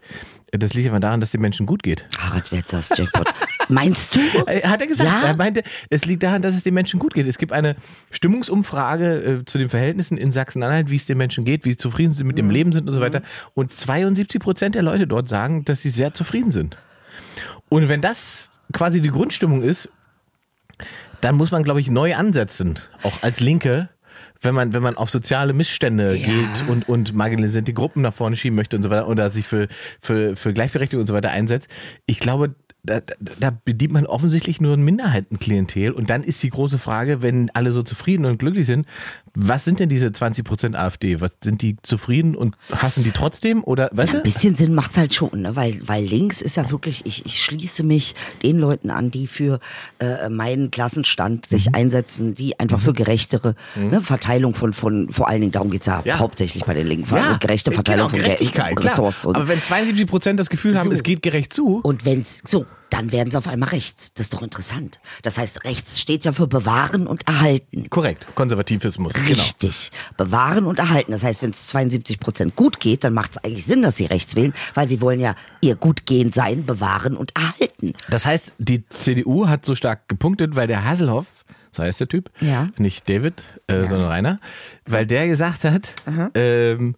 [SPEAKER 2] das liegt aber daran, dass den Menschen gut geht.
[SPEAKER 4] Harald Wetzer ist Jackpot. Meinst du?
[SPEAKER 2] Äh, Hat er gesagt.
[SPEAKER 4] Ja.
[SPEAKER 2] Er meinte, es liegt daran, dass es den Menschen gut geht. Es gibt eine Stimmungsumfrage äh, zu den Verhältnissen in Sachsen-Anhalt, wie es den Menschen geht, wie zufrieden sie mit dem Leben sind und so weiter. Und 72 Prozent der Leute dort sagen, dass sie sehr zufrieden sind. Und wenn das quasi die Grundstimmung ist, dann muss man, glaube ich, neu ansetzen, auch als Linke. Wenn man, wenn man auf soziale Missstände geht und, und marginalisierte Gruppen nach vorne schieben möchte und so weiter oder sich für, für, für Gleichberechtigung und so weiter einsetzt, ich glaube, da, da- da bedient man offensichtlich nur ein Minderheitenklientel. Und dann ist die große Frage, wenn alle so zufrieden und glücklich sind, was sind denn diese 20% AfD? Was sind die zufrieden und hassen die trotzdem? Oder weißt du?
[SPEAKER 4] Ein bisschen Sinn macht's halt schon, ne? weil, weil links ist ja wirklich, ich, ich schließe mich den Leuten an, die für äh, meinen Klassenstand sich
[SPEAKER 2] Mhm.
[SPEAKER 4] einsetzen, die einfach für gerechtere ne, Verteilung von, von, vor allen Dingen, darum geht's ja,
[SPEAKER 2] Ja.
[SPEAKER 4] hauptsächlich bei den Linken, also gerechte Verteilung
[SPEAKER 2] genau,
[SPEAKER 4] von Re-
[SPEAKER 2] Gerechtigkeit, klar.
[SPEAKER 4] Ressourcen.
[SPEAKER 2] Aber wenn 72 Prozent das Gefühl haben,
[SPEAKER 4] So.
[SPEAKER 2] es geht gerecht zu,
[SPEAKER 4] Und wenn's so, dann werden sie auf einmal rechts. Das ist doch interessant. Das heißt, rechts steht ja für bewahren und erhalten.
[SPEAKER 2] Korrekt, Konservativismus.
[SPEAKER 4] Genau.
[SPEAKER 2] genau.
[SPEAKER 4] Richtig. Bewahren und erhalten. Das heißt, wenn es 72 Prozent gut geht, dann macht es eigentlich Sinn, dass sie rechts wählen, weil sie wollen ja ihr Gutgehen sein, bewahren und erhalten.
[SPEAKER 2] Das heißt, die CDU hat so stark gepunktet, weil der Hasselhoff, so heißt der Typ,
[SPEAKER 4] Ja.
[SPEAKER 2] nicht David, äh, sondern Rainer, weil der gesagt hat, ähm,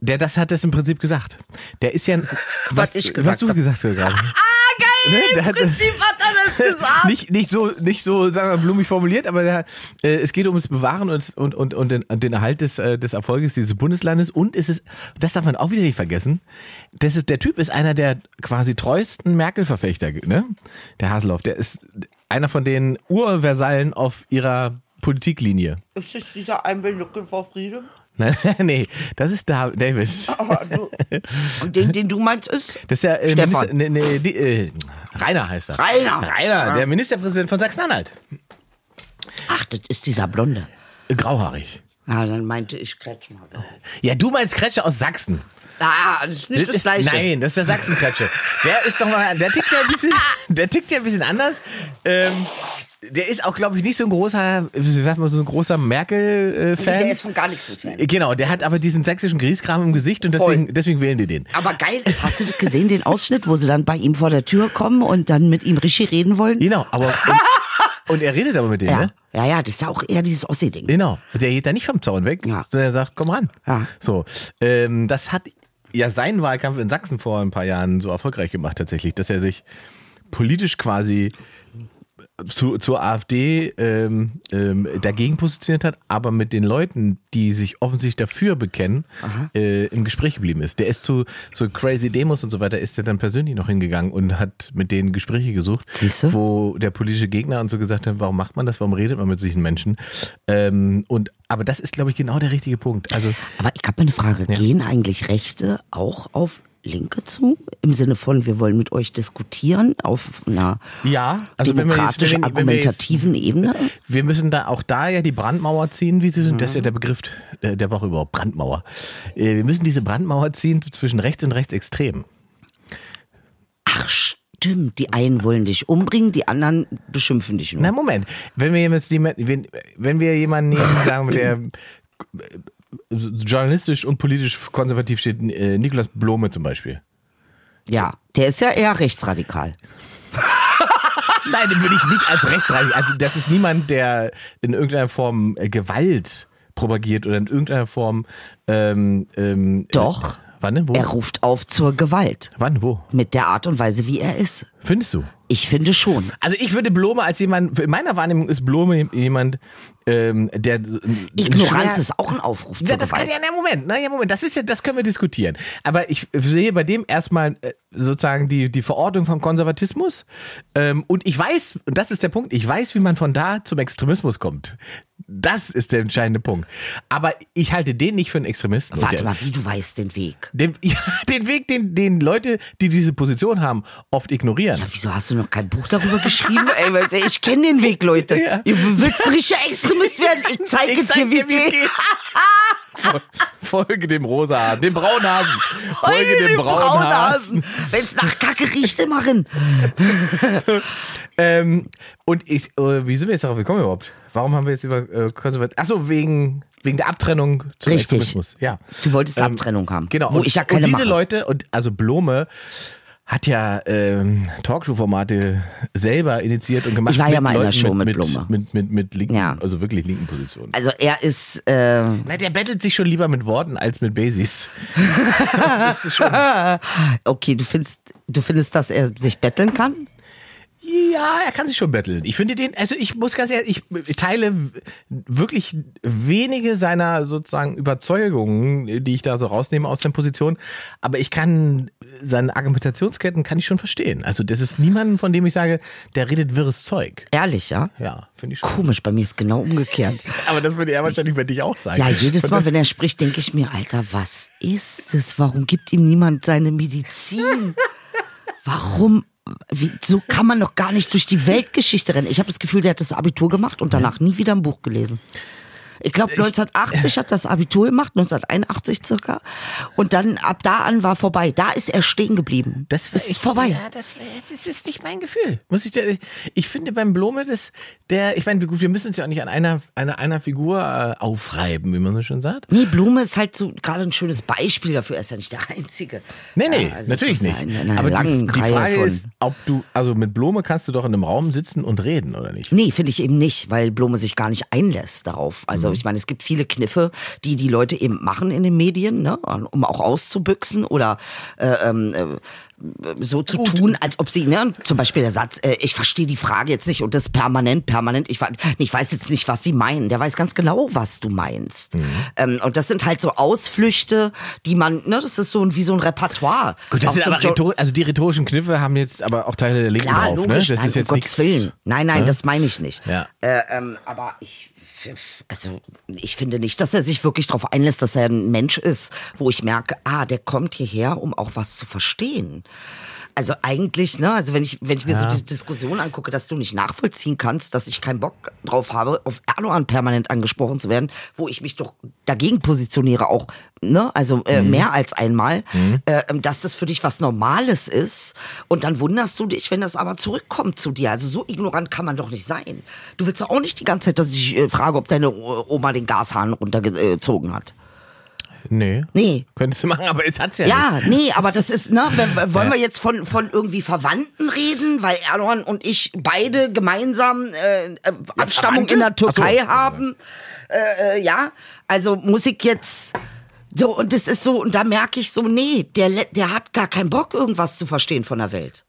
[SPEAKER 2] der das hat das im Prinzip gesagt. Der ist ja ein-
[SPEAKER 4] Was ich gesagt
[SPEAKER 2] was du
[SPEAKER 4] hab.
[SPEAKER 2] gesagt hast
[SPEAKER 4] Ah,
[SPEAKER 2] gerade.
[SPEAKER 4] geil!
[SPEAKER 2] Ne, der
[SPEAKER 4] Im
[SPEAKER 2] hat-
[SPEAKER 4] Prinzip hat er das gesagt.
[SPEAKER 2] Nicht, nicht so, nicht so, sagen wir mal, blumig formuliert, aber der, äh, es geht ums Bewahren und, und, und, und den, den Erhalt des, äh, des Erfolges dieses Bundeslandes. Und es ist, das darf man auch wieder nicht vergessen, das ist, der Typ ist einer der quasi treuesten Merkel-Verfechter, ne? Der Haseloff, der ist einer von den Urversallen auf ihrer Politiklinie.
[SPEAKER 4] Ist das dieser Einbildung for Freedom?
[SPEAKER 2] Nein, nee, das ist da, David.
[SPEAKER 4] Und den, den du meinst, ist?
[SPEAKER 2] Das ist der äh,
[SPEAKER 4] Oh. Stefan.
[SPEAKER 2] Minister, ne, ne, die, äh, Rainer heißt er.
[SPEAKER 4] Rainer.
[SPEAKER 2] Rainer, der Ministerpräsident von Sachsen-Anhalt.
[SPEAKER 4] Ach, das ist dieser Blonde.
[SPEAKER 2] Grauhaarig.
[SPEAKER 4] Na, dann meinte ich Kretschmer.
[SPEAKER 2] Ja, du meinst Kretsche aus Sachsen.
[SPEAKER 4] Ah, das ist nicht das,
[SPEAKER 2] ist,
[SPEAKER 4] Gleiche.
[SPEAKER 2] Nein, das ist der Sachsenkretsche. der ist doch mal, der tickt ja ein bisschen, der tickt ja ein bisschen anders. Ähm, der ist auch, glaube ich, nicht so ein großer, wie sagt man, so ein großer Merkel-Fan.
[SPEAKER 4] Nee, der ist von gar nichts ein Fan.
[SPEAKER 2] Genau, der hat aber diesen sächsischen Grieskram im Gesicht und
[SPEAKER 4] Voll.
[SPEAKER 2] deswegen, deswegen wählen die den.
[SPEAKER 4] Aber geil ist, hast du das gesehen, den Ausschnitt, wo sie dann bei ihm vor der Tür kommen und dann mit ihm richtig reden wollen?
[SPEAKER 2] Genau, aber. Und, und er redet aber mit denen,
[SPEAKER 4] Ja,
[SPEAKER 2] ne?
[SPEAKER 4] ja, ja, das ist ja auch eher dieses Ossi-Ding.
[SPEAKER 2] Genau. Der geht da nicht vom Zaun weg,
[SPEAKER 4] Ja.
[SPEAKER 2] sondern er sagt, komm ran.
[SPEAKER 4] Ja.
[SPEAKER 2] So. Ähm, das hat ja seinen Wahlkampf in Sachsen vor ein paar Jahren so erfolgreich gemacht, tatsächlich, dass er sich politisch quasi zu, zur AfD ähm, ähm, dagegen positioniert hat, aber mit den Leuten, die sich offensichtlich dafür bekennen, äh, im Gespräch geblieben ist. Der ist zu so crazy Demos und so weiter, ist er dann persönlich noch hingegangen und hat mit denen Gespräche gesucht,
[SPEAKER 4] Siehste?
[SPEAKER 2] wo der politische Gegner und so gesagt hat, warum macht man das, warum redet man mit solchen Menschen? Ähm, und aber das ist, glaube ich, genau der richtige Punkt. Also
[SPEAKER 4] Aber ich habe eine Frage. Gehen eigentlich Rechte auch auf Linke zu? Im Sinne von, wir wollen mit euch diskutieren auf einer
[SPEAKER 2] ja, also wenn wir jetzt, wenn,
[SPEAKER 4] demokratisch
[SPEAKER 2] wir- wenn wir jetzt
[SPEAKER 4] argumentativen Ebene?
[SPEAKER 2] Wir müssen da auch da ja die Brandmauer ziehen, wie sie sind.
[SPEAKER 4] Mhm.
[SPEAKER 2] Das ist ja der Begriff äh, der Woche überhaupt, Brandmauer. Äh, Wir müssen diese Brandmauer ziehen zwischen rechts und rechtsextrem.
[SPEAKER 4] Ach, stimmt. Die einen wollen dich umbringen, die anderen beschimpfen dich nur.
[SPEAKER 2] Na Moment, wenn wir jetzt die, wenn, wenn wir jemanden nehmen, sagen wir, der äh, journalistisch und politisch konservativ steht, äh, Niklas Blome zum Beispiel.
[SPEAKER 4] ja, der ist ja eher rechtsradikal.
[SPEAKER 2] Nein, den würde ich nicht als rechtsradikal. Also das ist niemand, der in irgendeiner Form äh, Gewalt propagiert oder in irgendeiner Form. Ähm, ähm,
[SPEAKER 4] Doch.
[SPEAKER 2] äh, Wann? Wo?
[SPEAKER 4] Er ruft auf zur Gewalt.
[SPEAKER 2] Wann? Wo?
[SPEAKER 4] Mit der Art und Weise, wie er ist.
[SPEAKER 2] Findest du?
[SPEAKER 4] Ich finde schon.
[SPEAKER 2] Also ich würde Blome als jemand, in meiner Wahrnehmung ist Blome jemand, ähm, der
[SPEAKER 4] Ignoranz ist auch ein Aufruf zur
[SPEAKER 2] ja, das kann
[SPEAKER 4] Gewalt.
[SPEAKER 2] ja, na Moment, na ja, Moment, das ist ja, das können wir diskutieren. Aber ich sehe bei dem erstmal äh, sozusagen die, die Verortung vom Konservatismus. Ähm, und ich weiß, und das ist der Punkt, ich weiß, wie man von da zum Extremismus kommt. Das ist der entscheidende Punkt. Aber ich halte den nicht für einen Extremisten. Und
[SPEAKER 4] Warte
[SPEAKER 2] der-
[SPEAKER 4] mal, wie du weißt den Weg.
[SPEAKER 2] Den, ja, den Weg, den, den Leute, die diese Position haben, oft ignorieren.
[SPEAKER 4] Ja, wieso hast du noch kein Buch darüber geschrieben? Ey, Leute, ich kenne den Weg, Leute.
[SPEAKER 2] Ja.
[SPEAKER 4] Ihr willst ein richtiger Extremist werden? Ich zeige
[SPEAKER 2] Ich
[SPEAKER 4] es
[SPEAKER 2] zeig
[SPEAKER 4] dir, wie
[SPEAKER 2] dir, wie's
[SPEAKER 4] geht.
[SPEAKER 2] geht. Folge dem rosa Hasen, dem braunen Hasen. Folge
[SPEAKER 4] Heul,
[SPEAKER 2] dem
[SPEAKER 4] du
[SPEAKER 2] braunen Hasen.
[SPEAKER 4] Braunhasen. Wenn's nach Kacke riecht, immer rin.
[SPEAKER 2] Ähm, und ich, äh, wie sind wir jetzt darauf gekommen überhaupt? Warum haben wir jetzt über äh, Konservat? Achso, wegen, wegen der Abtrennung zum
[SPEAKER 4] Richtig.
[SPEAKER 2] Extremismus. Ja.
[SPEAKER 4] Du wolltest Abtrennung haben.
[SPEAKER 2] Genau.
[SPEAKER 4] Wo
[SPEAKER 2] und,
[SPEAKER 4] ich ja
[SPEAKER 2] und
[SPEAKER 4] keine
[SPEAKER 2] diese
[SPEAKER 4] mache.
[SPEAKER 2] Leute, und also Blome hat ja ähm, Talkshow-Formate selber initiiert und gemacht.
[SPEAKER 4] Ich war ja
[SPEAKER 2] mit
[SPEAKER 4] mal in der
[SPEAKER 2] Leuten
[SPEAKER 4] Show mit
[SPEAKER 2] mit
[SPEAKER 4] Blome.
[SPEAKER 2] Mit, mit, mit, mit linken,
[SPEAKER 4] Ja.
[SPEAKER 2] also wirklich linken Positionen.
[SPEAKER 4] Also er ist, äh,
[SPEAKER 2] Na, der bettelt sich schon lieber mit Worten als mit Basics.
[SPEAKER 4] okay, du findest, du findest, dass er sich betteln kann?
[SPEAKER 2] Ja, er kann sich schon betteln. Ich finde den, also ich muss ganz ehrlich, ich teile wirklich wenige seiner sozusagen Überzeugungen, die ich da so rausnehme aus seinen Positionen, aber ich kann seine Argumentationsketten kann ich schon verstehen. Also das ist niemand, von dem ich sage, der redet wirres Zeug.
[SPEAKER 4] Ehrlich, ja?
[SPEAKER 2] Ja, finde ich schon.
[SPEAKER 4] Komisch, bei mir ist genau umgekehrt.
[SPEAKER 2] Aber das würde er wahrscheinlich bei dich auch sagen.
[SPEAKER 4] Ja, jedes Mal, wenn er spricht, denke ich mir, Alter, was ist das? Warum gibt ihm niemand seine Medizin? Warum? Wie, so kann man doch gar nicht durch die Weltgeschichte rennen. Ich habe das Gefühl, der hat das Abitur gemacht und danach nie wieder ein Buch gelesen. Ich glaube, 1980
[SPEAKER 2] Äh.
[SPEAKER 4] hat das Abitur gemacht, 1981 circa. Und dann ab da an war vorbei. Da ist er stehen geblieben.
[SPEAKER 2] Das
[SPEAKER 4] Es
[SPEAKER 2] ich-
[SPEAKER 4] ist vorbei.
[SPEAKER 2] Ja, das, das ist jetzt nicht mein Gefühl. Muss ich, dir- ich finde beim Blome, das, der, ich meine, gut, wir müssen uns ja auch nicht an einer, einer, einer Figur äh, aufreiben, wie man so schön sagt.
[SPEAKER 4] Nee, Blume ist halt so gerade ein schönes Beispiel dafür. Er ist ja nicht der Einzige.
[SPEAKER 2] Nee, nee,
[SPEAKER 4] Ja, also
[SPEAKER 2] natürlich
[SPEAKER 4] von
[SPEAKER 2] nicht.
[SPEAKER 4] seinen- in einer
[SPEAKER 2] Aber die,
[SPEAKER 4] langen
[SPEAKER 2] die
[SPEAKER 4] Reihe
[SPEAKER 2] Frage
[SPEAKER 4] von-
[SPEAKER 2] ist, ob du, also mit Blome kannst du doch in einem Raum sitzen und reden, oder nicht?
[SPEAKER 4] Nee, finde ich eben nicht, weil Blome sich gar nicht einlässt darauf.
[SPEAKER 2] Mhm.
[SPEAKER 4] Also ich meine, es gibt viele Kniffe, die die Leute eben machen in den Medien, ne? um auch auszubüchsen oder äh, ähm, äh, so zu tun, als ob sie, ne? zum Beispiel der Satz, äh, ich verstehe die Frage jetzt nicht und das permanent, permanent, ich, ver- ich weiß jetzt nicht, was sie meinen. Der weiß ganz genau, was du meinst.
[SPEAKER 2] Mhm.
[SPEAKER 4] Ähm, und das sind halt so Ausflüchte, die man, ne? das ist so ein, wie so ein Repertoire.
[SPEAKER 2] Gut, das
[SPEAKER 4] Auch
[SPEAKER 2] sind
[SPEAKER 4] so
[SPEAKER 2] aber
[SPEAKER 4] Jo-
[SPEAKER 2] rhetor also die rhetorischen Kniffe haben jetzt aber auch Teile der Linken
[SPEAKER 4] Klar,
[SPEAKER 2] drauf,
[SPEAKER 4] logisch,
[SPEAKER 2] ne? Das
[SPEAKER 4] nein,
[SPEAKER 2] ist jetzt
[SPEAKER 4] um Gottes
[SPEAKER 2] nichts- Hm?
[SPEAKER 4] Willen. Nein, nein, das meine ich nicht.
[SPEAKER 2] Ja.
[SPEAKER 4] Äh, ähm, aber ich, also ich finde nicht, dass er sich wirklich darauf einlässt, dass er ein Mensch ist, wo ich merke, ah, der kommt hierher, um auch was zu verstehen. Also eigentlich, ne, also wenn ich, wenn ich mir so die Diskussion angucke, dass du nicht nachvollziehen kannst, dass ich keinen Bock drauf habe, auf Erdogan permanent angesprochen zu werden, wo ich mich doch dagegen positioniere, auch, ne, also äh, mehr als einmal, äh, ähm, dass das für dich was Normales ist. Und dann wunderst du dich, wenn das aber zurückkommt zu dir. Also so ignorant kann man doch nicht sein. Du willst doch auch nicht die ganze Zeit, dass ich äh, frage, ob deine O- Oma den Gashahn runtergezogen hat.
[SPEAKER 2] Nee.
[SPEAKER 4] Nee.
[SPEAKER 2] Könntest du machen, aber es hat's ja, nicht.
[SPEAKER 4] Ja, nee, aber das ist, ne, wenn- wollen wir jetzt von, von irgendwie Verwandten reden, weil Erdogan und ich beide gemeinsam äh, äh, Abstammung
[SPEAKER 2] Verwandte?
[SPEAKER 4] in der Türkei
[SPEAKER 2] Ach so.
[SPEAKER 4] haben. Äh, äh, ja, also muss ich jetzt. So, und das ist so, und da merke ich so, nee, der, le- der hat gar keinen Bock, irgendwas zu verstehen von der Welt.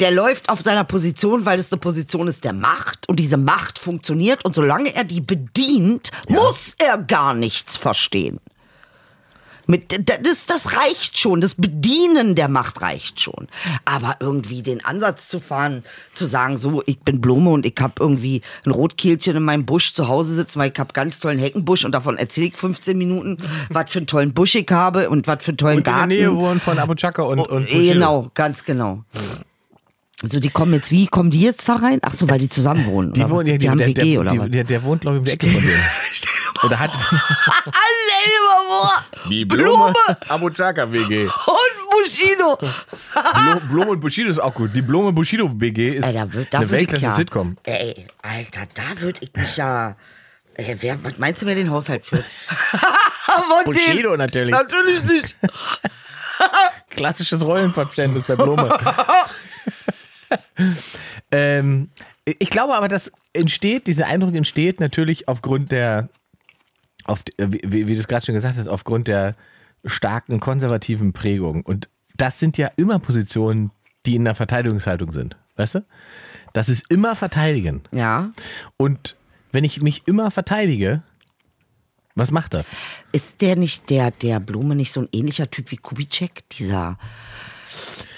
[SPEAKER 4] Der läuft auf seiner Position, weil es eine Position ist der Macht und diese Macht funktioniert und solange er die bedient, muss er gar nichts verstehen. Mit, das, das reicht schon, das Bedienen der Macht reicht schon. Aber irgendwie den Ansatz zu fahren, zu sagen, so, ich bin Blume und ich habe irgendwie ein Rotkehlchen in meinem Busch zu Hause sitzen, weil ich habe ganz tollen Heckenbusch und davon erzähle ich 15 Minuten, was für einen tollen Busch ich habe und was für einen tollen
[SPEAKER 2] Und in der
[SPEAKER 4] Garten.
[SPEAKER 2] Nähe wohnen von Abu Chaka und, und Bushido.
[SPEAKER 4] genau, ganz genau. Also die kommen jetzt, wie kommen die jetzt da rein? Ach so, weil die zusammen wohnen.
[SPEAKER 2] Die,
[SPEAKER 4] oder
[SPEAKER 2] wohnen,
[SPEAKER 4] was?
[SPEAKER 2] ja,
[SPEAKER 4] die haben
[SPEAKER 2] der,
[SPEAKER 4] WG
[SPEAKER 2] der,
[SPEAKER 4] oder
[SPEAKER 2] die,
[SPEAKER 4] was?
[SPEAKER 2] Der, der wohnt, glaube ich, um die Ecke von denen. Oder hat.
[SPEAKER 4] Alle über
[SPEAKER 2] Die
[SPEAKER 4] Blume
[SPEAKER 2] Abu Chaka WG.
[SPEAKER 4] und Bushido.
[SPEAKER 2] Blo- Blome und Bushido ist auch gut. Die Blome Bushido WG ist
[SPEAKER 4] Ey, da wird, da
[SPEAKER 2] eine
[SPEAKER 4] würd ich ja,
[SPEAKER 2] Weltklasse-Sitcom.
[SPEAKER 4] Ey, Alter, da würde ich mich ja. Ey, wer, was meinst du, wer den Haushalt führt? Von dem-
[SPEAKER 2] Bushido natürlich.
[SPEAKER 4] Natürlich nicht.
[SPEAKER 2] Klassisches Rollenverständnis bei Blume. ähm, ich glaube aber, das entsteht, dieser Eindruck entsteht natürlich aufgrund der, auf, die- wie, wie wie du es gerade schon gesagt hast, aufgrund der starken konservativen Prägung. Und das sind ja immer Positionen, die in der Verteidigungshaltung sind. Weißt du? Das ist immer Verteidigen.
[SPEAKER 4] Ja.
[SPEAKER 2] Und wenn ich mich immer verteidige, was macht das?
[SPEAKER 4] Ist der nicht, der, der Blume nicht so ein ähnlicher Typ wie Kubitschek? Dieser.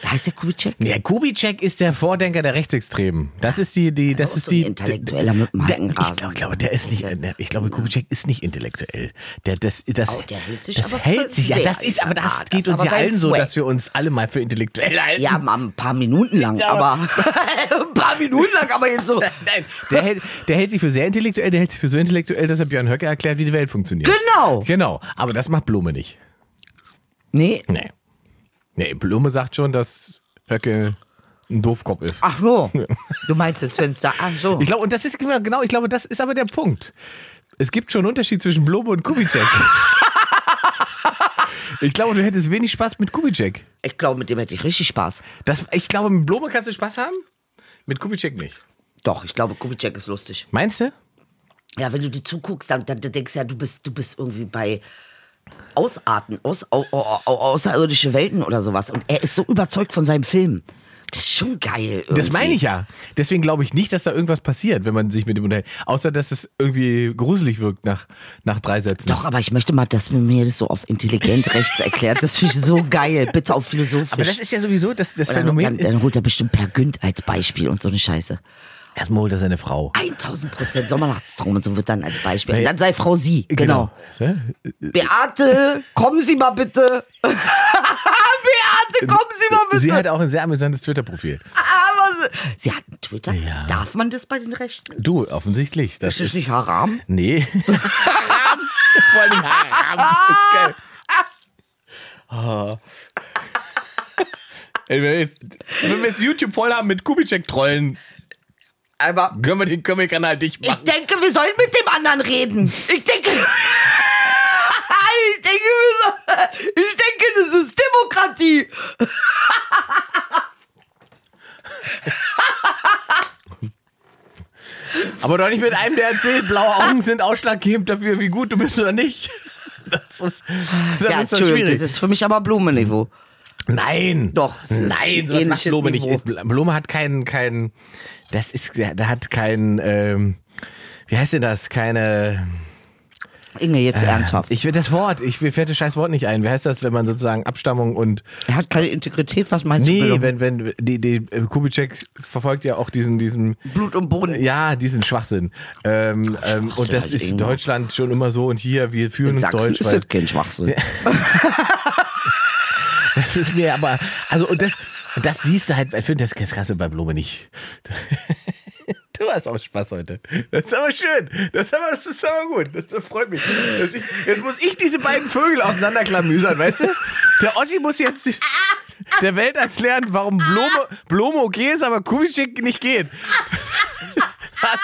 [SPEAKER 4] Heißt der Kubitschek?
[SPEAKER 2] Ja, Kubitschek ist der Vordenker der Rechtsextremen. Das ist die, die, das
[SPEAKER 4] Auch
[SPEAKER 2] ist
[SPEAKER 4] Oh, so ein
[SPEAKER 2] die.
[SPEAKER 4] Intellektueller mit dem
[SPEAKER 2] der-
[SPEAKER 4] Hakenrasen.
[SPEAKER 2] Ich glaube, glaube, der ist nicht, der- ich glaube, Kubitschek ist nicht intellektuell. Der, das, das,
[SPEAKER 4] Oh, der hält sich
[SPEAKER 2] das
[SPEAKER 4] aber für
[SPEAKER 2] hält sich, ja,
[SPEAKER 4] sehr
[SPEAKER 2] das ist, aber das
[SPEAKER 4] intellektuell.
[SPEAKER 2] geht
[SPEAKER 4] Das ist
[SPEAKER 2] uns
[SPEAKER 4] aber
[SPEAKER 2] ja
[SPEAKER 4] sein
[SPEAKER 2] allen so,
[SPEAKER 4] Swag.
[SPEAKER 2] dass wir uns alle mal für intellektuell halten.
[SPEAKER 4] Ja, mal ein paar Minuten lang,
[SPEAKER 2] Ja,
[SPEAKER 4] aber. ein paar Minuten lang, aber jetzt so.
[SPEAKER 2] Nein, der hält, der hält sich für sehr intellektuell, der hält sich für so intellektuell, dass er Björn Höcke erklärt, wie die Welt funktioniert.
[SPEAKER 4] Genau.
[SPEAKER 2] Genau. Aber das macht Blume nicht.
[SPEAKER 4] Nee.
[SPEAKER 2] Nee. Nee, Blume sagt schon, dass Höcke ein Doofkopf ist.
[SPEAKER 4] Ach so. Du meinst jetzt, wenn es da. Ach so.
[SPEAKER 2] Ich glaube, und das ist genau, genau, ich glaube, das ist aber der Punkt. Es gibt schon einen Unterschied zwischen Blobe und Kubitschek. ich glaube, du hättest wenig Spaß mit Kubitschek.
[SPEAKER 4] Ich glaube, mit dem hätte ich richtig Spaß.
[SPEAKER 2] Das, ich glaube, mit Blobe kannst du Spaß haben, mit Kubitschek nicht.
[SPEAKER 4] Doch, ich glaube, Kubitschek ist lustig.
[SPEAKER 2] Meinst du?
[SPEAKER 4] Ja, wenn du dir zuguckst, dann, dann dann denkst du ja, du bist, du bist irgendwie bei Ausarten, aus, au, au, au, außerirdische Welten oder sowas. Und er ist so überzeugt von seinem Film. Das ist schon geil. Irgendwie.
[SPEAKER 2] Das meine ich ja. Deswegen glaube ich nicht, dass da irgendwas passiert, wenn man sich mit dem unterhält. Außer, dass es irgendwie gruselig wirkt nach, nach drei Sätzen.
[SPEAKER 4] Doch, aber ich möchte mal, dass man mir das so auf intelligent rechts erklärt. Das finde ich so geil. Bitte auf philosophisch.
[SPEAKER 2] Aber das ist ja sowieso das, das
[SPEAKER 4] dann, dann,
[SPEAKER 2] Phänomen.
[SPEAKER 4] dann holt er bestimmt Per Günd als Beispiel und so eine Scheiße.
[SPEAKER 2] Erstmal holt er seine Frau.
[SPEAKER 4] 1000 Prozent Sommernachtstraum und so wird dann als Beispiel. Und
[SPEAKER 2] Naja.
[SPEAKER 4] dann sei Frau sie. Genau.
[SPEAKER 2] Ne?
[SPEAKER 4] Beate, kommen Sie mal bitte. Beate, kommen Sie mal bitte.
[SPEAKER 2] Genau. Sie hat auch ein sehr amüsantes Twitter-Profil.
[SPEAKER 4] Aber Sie hat einen Twitter.
[SPEAKER 2] Ja.
[SPEAKER 4] Darf man das bei den Rechten?
[SPEAKER 2] Du, offensichtlich.
[SPEAKER 4] Ist
[SPEAKER 2] Das
[SPEAKER 4] das nicht Haram?
[SPEAKER 2] Nee. Haram. Vor allem Haram. Das ist geil. Oh. Ey, wenn, wir jetzt, wenn wir jetzt YouTube voll haben mit Kubitschek-Trollen,
[SPEAKER 4] Aber
[SPEAKER 2] können wir den Comic-Kanal dicht
[SPEAKER 4] ich
[SPEAKER 2] machen.
[SPEAKER 4] denke, wir sollen mit dem anderen reden. Ich denke. Ich denke, wir so, ich denke, das ist Demokratie.
[SPEAKER 2] Aber doch nicht mit einem, der erzählt, blaue Augen sind ausschlaggebend dafür, wie gut du bist oder nicht. Das ist, das
[SPEAKER 4] ja,
[SPEAKER 2] ist doch
[SPEAKER 4] Entschuldigung,
[SPEAKER 2] schwierig.
[SPEAKER 4] das ist für mich aber Blumenniveau.
[SPEAKER 2] Nein.
[SPEAKER 4] Doch, es ist
[SPEAKER 2] Nein, sowas macht
[SPEAKER 4] ähnliches
[SPEAKER 2] Blome
[SPEAKER 4] Niveau.
[SPEAKER 2] nicht. Blome hat keinen, keinen, das ist, der hat keinen, ähm, wie heißt denn das? Keine,
[SPEAKER 4] Inge, jetzt ernsthaft.
[SPEAKER 2] Äh, ich will das Wort, ich mir fällt das scheiß Wort nicht ein. Wie heißt das, wenn man sozusagen Abstammung und,
[SPEAKER 4] er hat keine Integrität, was meinst du?
[SPEAKER 2] nee,
[SPEAKER 4] Bello?
[SPEAKER 2] wenn, wenn, die, die, äh, Kubitschek verfolgt ja auch diesen, diesen,
[SPEAKER 4] Blut und Boden.
[SPEAKER 2] ja, diesen Schwachsinn. Ähm, ähm, und das
[SPEAKER 4] halt
[SPEAKER 2] ist in
[SPEAKER 4] irgendwo.
[SPEAKER 2] Deutschland schon immer so und hier, wir
[SPEAKER 4] In
[SPEAKER 2] führen uns
[SPEAKER 4] Sachsen
[SPEAKER 2] Deutsch.
[SPEAKER 4] ist
[SPEAKER 2] weil-
[SPEAKER 4] das kein Schwachsinn.
[SPEAKER 2] Das ist mir aber, also und das, und das siehst du halt, ich finde das, das Krasse bei Blume nicht. Du hast auch Spaß heute. Das ist aber schön. Das ist aber, das ist aber gut. Das, das freut mich. Dass ich, jetzt muss ich diese beiden Vögel auseinanderklamüsern, weißt du? Der Ossi muss jetzt der Welt erklären, warum Blome, Blome okay ist, aber Kubitschek nicht geht. Das,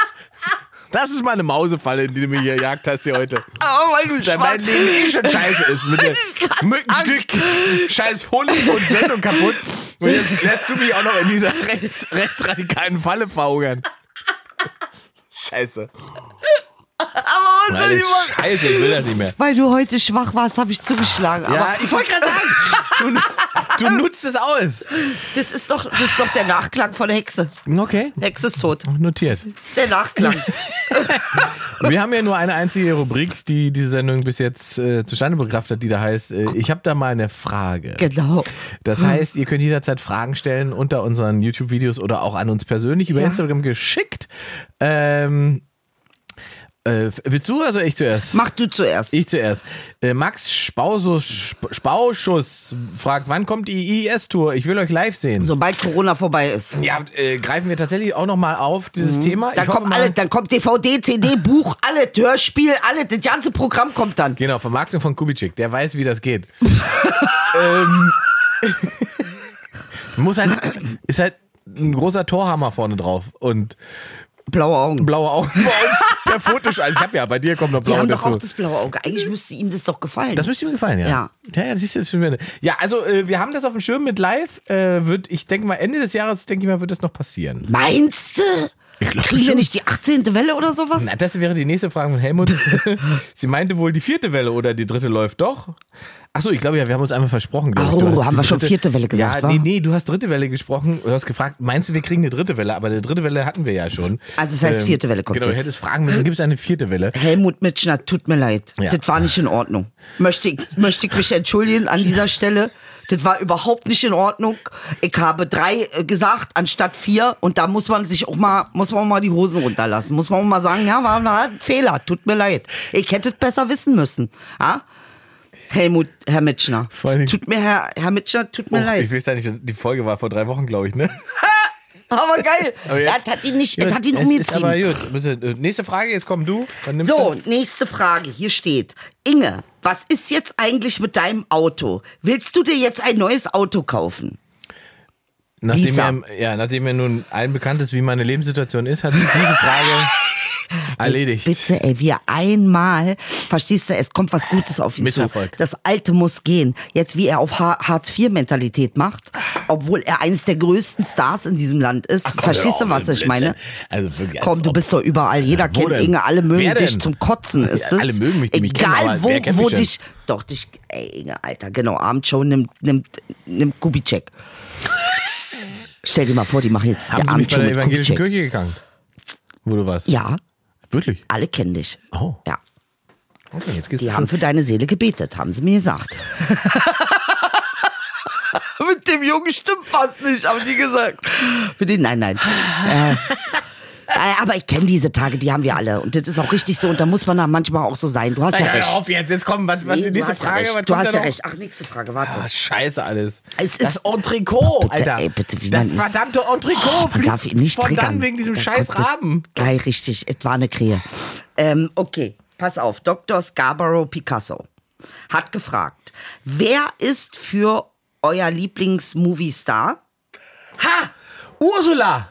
[SPEAKER 2] das ist mal eine Mausefalle, in die du mir hier gejagt hast hier heute.
[SPEAKER 4] Oh, weil du
[SPEAKER 2] Weil mein Leben eh schon scheiße ist. Mit dem Mückenstück, scheiß Hund und Sendung kaputt. Und jetzt lässt du mich auch noch in dieser rechts, rechtsradikalen Falle verhungern. Scheiße.
[SPEAKER 4] Aber was soll ich machen?
[SPEAKER 2] Scheiße, ich will das nicht mehr.
[SPEAKER 4] Weil du heute schwach warst, habe ich zugeschlagen.
[SPEAKER 2] Ja,
[SPEAKER 4] Aber
[SPEAKER 2] ich wollte gerade sagen, du, du nutzt es aus.
[SPEAKER 4] das ist, doch, das ist doch der Nachklang von Hexe.
[SPEAKER 2] Okay,
[SPEAKER 4] Hexe ist tot.
[SPEAKER 2] notiert.
[SPEAKER 4] Das ist der Nachklang.
[SPEAKER 2] Wir haben ja nur eine einzige Rubrik, die diese Sendung bis jetzt äh, zustande gebracht hat, die da heißt, äh, ich habe da mal eine Frage.
[SPEAKER 4] genau.
[SPEAKER 2] Das heißt, ihr könnt jederzeit Fragen stellen unter unseren YouTube-Videos oder auch an uns persönlich über
[SPEAKER 4] Ja.
[SPEAKER 2] Instagram geschickt. Ähm, äh, willst du also ich zuerst?
[SPEAKER 4] Mach du zuerst.
[SPEAKER 2] ich zuerst. Äh, Max Spausus, Sp Spauschuss fragt, wann kommt die IIS-Tour? Ich will euch live sehen.
[SPEAKER 4] Sobald Corona vorbei ist.
[SPEAKER 2] Ja, äh, greifen wir tatsächlich auch nochmal auf dieses Thema.
[SPEAKER 4] Mhm. Dann
[SPEAKER 2] Ich hoffe
[SPEAKER 4] kommt,
[SPEAKER 2] mal-
[SPEAKER 4] alle, dann kommt DVD, CD, Buch, alle, Hörspiel, alle, das ganze Programm kommt dann.
[SPEAKER 2] Genau, Vermarktung von Kubitschek, der weiß, wie das geht. ähm, muss halt, ist halt ein großer Torhammer vorne drauf und
[SPEAKER 4] Blaue Augen.
[SPEAKER 2] blaue Augen bei uns per Fotosch. Also ich habe ja, bei dir kommen noch
[SPEAKER 4] Wir
[SPEAKER 2] blaue
[SPEAKER 4] haben doch
[SPEAKER 2] dazu.
[SPEAKER 4] auch das blaue Auge. Eigentlich müsste ihm das doch gefallen.
[SPEAKER 2] das müsste ihm gefallen, ja.
[SPEAKER 4] Ja.
[SPEAKER 2] Ja, ja, das ist jetzt schon wieder. Ja, also äh, wir haben das auf dem Schirm mit live. Äh, wird, ich denke mal, Ende des Jahres, denke ich mal, wird das noch passieren.
[SPEAKER 4] Meinst du?
[SPEAKER 2] Ich glaub
[SPEAKER 4] Kriegen wir
[SPEAKER 2] schon.
[SPEAKER 4] nicht die 18. Welle oder sowas?
[SPEAKER 2] Na, das wäre die nächste Frage von Helmut. Sie meinte wohl, die vierte Welle oder die dritte läuft doch. Achso, ich glaube ja, wir haben uns einmal versprochen. glaube ich.
[SPEAKER 4] Oh,
[SPEAKER 2] Du hast
[SPEAKER 4] haben
[SPEAKER 2] die
[SPEAKER 4] wir schon vierte Welle gesagt,
[SPEAKER 2] Ja,
[SPEAKER 4] wa?
[SPEAKER 2] nee, nee, du hast dritte Welle gesprochen. Du hast gefragt, meinst du, wir kriegen eine dritte Welle? Aber eine dritte Welle hatten wir ja schon.
[SPEAKER 4] Also das heißt, vierte Welle kommt
[SPEAKER 2] Genau, du
[SPEAKER 4] jetzt.
[SPEAKER 2] hättest fragen müssen, gibt es eine vierte Welle?
[SPEAKER 4] Helmut Mitschner, tut mir leid.
[SPEAKER 2] Ja.
[SPEAKER 4] Das war nicht in Ordnung. Möchte ich, möchte ich mich entschuldigen an dieser Stelle. Das war überhaupt nicht in Ordnung. Ich habe drei äh, gesagt anstatt vier und da muss man sich auch mal, muss man auch mal die Hosen runterlassen. Muss man auch mal sagen, ja, war war ein Fehler, tut mir leid. Ich hätte es besser wissen müssen. Ja? Helmut, Herr Mitschner.
[SPEAKER 2] Vor allen Dingen-
[SPEAKER 4] Tut mir, Herr, Herr Mitschner, tut mir
[SPEAKER 2] Och,
[SPEAKER 4] leid.
[SPEAKER 2] Ich weiß ja nicht, die Folge war vor drei Wochen, glaube ich, ne?
[SPEAKER 4] Aber geil.
[SPEAKER 2] Aber jetzt-
[SPEAKER 4] ja, das hat ihn nicht, das hat ihn
[SPEAKER 2] Es Ist aber
[SPEAKER 4] umgetrieben.
[SPEAKER 2] gut. Bitte, äh, nächste Frage, jetzt komm du. Dann nimmst
[SPEAKER 4] So,
[SPEAKER 2] du.
[SPEAKER 4] nächste Frage. Hier steht, Inge, was ist jetzt eigentlich mit deinem Auto? Willst du dir jetzt ein neues Auto kaufen?
[SPEAKER 2] Nachdem
[SPEAKER 4] Lisa.
[SPEAKER 2] mir, ja, nachdem mir nun allen bekannt ist, wie meine Lebenssituation ist, hat sich diese Frage erledigt.
[SPEAKER 4] Bitte, ey, wir einmal, verstehst du, es kommt was Gutes auf ihn
[SPEAKER 2] Misserfolg.
[SPEAKER 4] zu. Das Alte muss gehen. Jetzt, wie er auf Ha- Hartz-IV-Mentalität macht, obwohl er eines der größten Stars in diesem Land ist. verstehst du,
[SPEAKER 2] hör auf
[SPEAKER 4] was
[SPEAKER 2] mit
[SPEAKER 4] ich meine?
[SPEAKER 2] Blödsinn. Also wirklich, als
[SPEAKER 4] Komm, du
[SPEAKER 2] ob-
[SPEAKER 4] bist doch überall. Jeder
[SPEAKER 2] wo
[SPEAKER 4] kennt
[SPEAKER 2] denn?
[SPEAKER 4] Inge, alle
[SPEAKER 2] Wer
[SPEAKER 4] mögen
[SPEAKER 2] denn?
[SPEAKER 4] dich zum Kotzen, ist
[SPEAKER 2] Ja,
[SPEAKER 4] es?
[SPEAKER 2] alle mögen mich, die mich kennen,
[SPEAKER 4] Egal,
[SPEAKER 2] aber wer kennt
[SPEAKER 4] wo, wo
[SPEAKER 2] mich denn?
[SPEAKER 4] dich... Doch, dich... Ey, Inge, Alter, genau, Abendshow nimmt, nimmt, nimmt Kubitschek. Stell dir mal vor, die machen jetzt
[SPEAKER 2] Haben
[SPEAKER 4] eine
[SPEAKER 2] sie mich
[SPEAKER 4] Abendshow
[SPEAKER 2] bei der
[SPEAKER 4] mit
[SPEAKER 2] evangelischen
[SPEAKER 4] Kubitschek.
[SPEAKER 2] Kirche gegangen? Wo du warst?
[SPEAKER 4] Ja,
[SPEAKER 2] Wirklich?
[SPEAKER 4] alle kennen dich.
[SPEAKER 2] Oh.
[SPEAKER 4] Ja.
[SPEAKER 2] Okay, jetzt geht's
[SPEAKER 4] Die haben für deine Seele gebetet, haben sie mir gesagt. Mit dem Jungen stimmt was nicht, haben die gesagt. Mit den, nein, nein. äh, Äh, Aber ich kenne diese Tage, die haben wir alle. Und das ist auch richtig so. Und da muss man da manchmal auch so sein. Du hast ja,
[SPEAKER 2] Ja,
[SPEAKER 4] recht.
[SPEAKER 2] hör auf jetzt, jetzt komm, was, was
[SPEAKER 4] Nee,
[SPEAKER 2] die nächste
[SPEAKER 4] du hast
[SPEAKER 2] Frage?
[SPEAKER 4] ja
[SPEAKER 2] was
[SPEAKER 4] recht. Du
[SPEAKER 2] kommt
[SPEAKER 4] hast
[SPEAKER 2] da
[SPEAKER 4] ja
[SPEAKER 2] noch?
[SPEAKER 4] recht. Ach, nächste Frage, warte.
[SPEAKER 2] Ah, scheiße alles.
[SPEAKER 4] Es ist-
[SPEAKER 2] das Entrecot,
[SPEAKER 4] Bitte,
[SPEAKER 2] Alter.
[SPEAKER 4] ey, bitte, wie
[SPEAKER 2] das
[SPEAKER 4] man-
[SPEAKER 2] verdammte Entrecot
[SPEAKER 4] Man
[SPEAKER 2] fliegt
[SPEAKER 4] darf ihn nicht
[SPEAKER 2] von
[SPEAKER 4] triggern.
[SPEAKER 2] dann wegen diesem
[SPEAKER 4] Da
[SPEAKER 2] scheiß
[SPEAKER 4] kommt das
[SPEAKER 2] Raben.
[SPEAKER 4] Gleich richtig, es war eine Krähe. Ähm, okay, pass auf. Dr. Scarborough Picasso hat gefragt, wer ist für euer Lieblings-Movie-Star?
[SPEAKER 2] Ha! Ursula!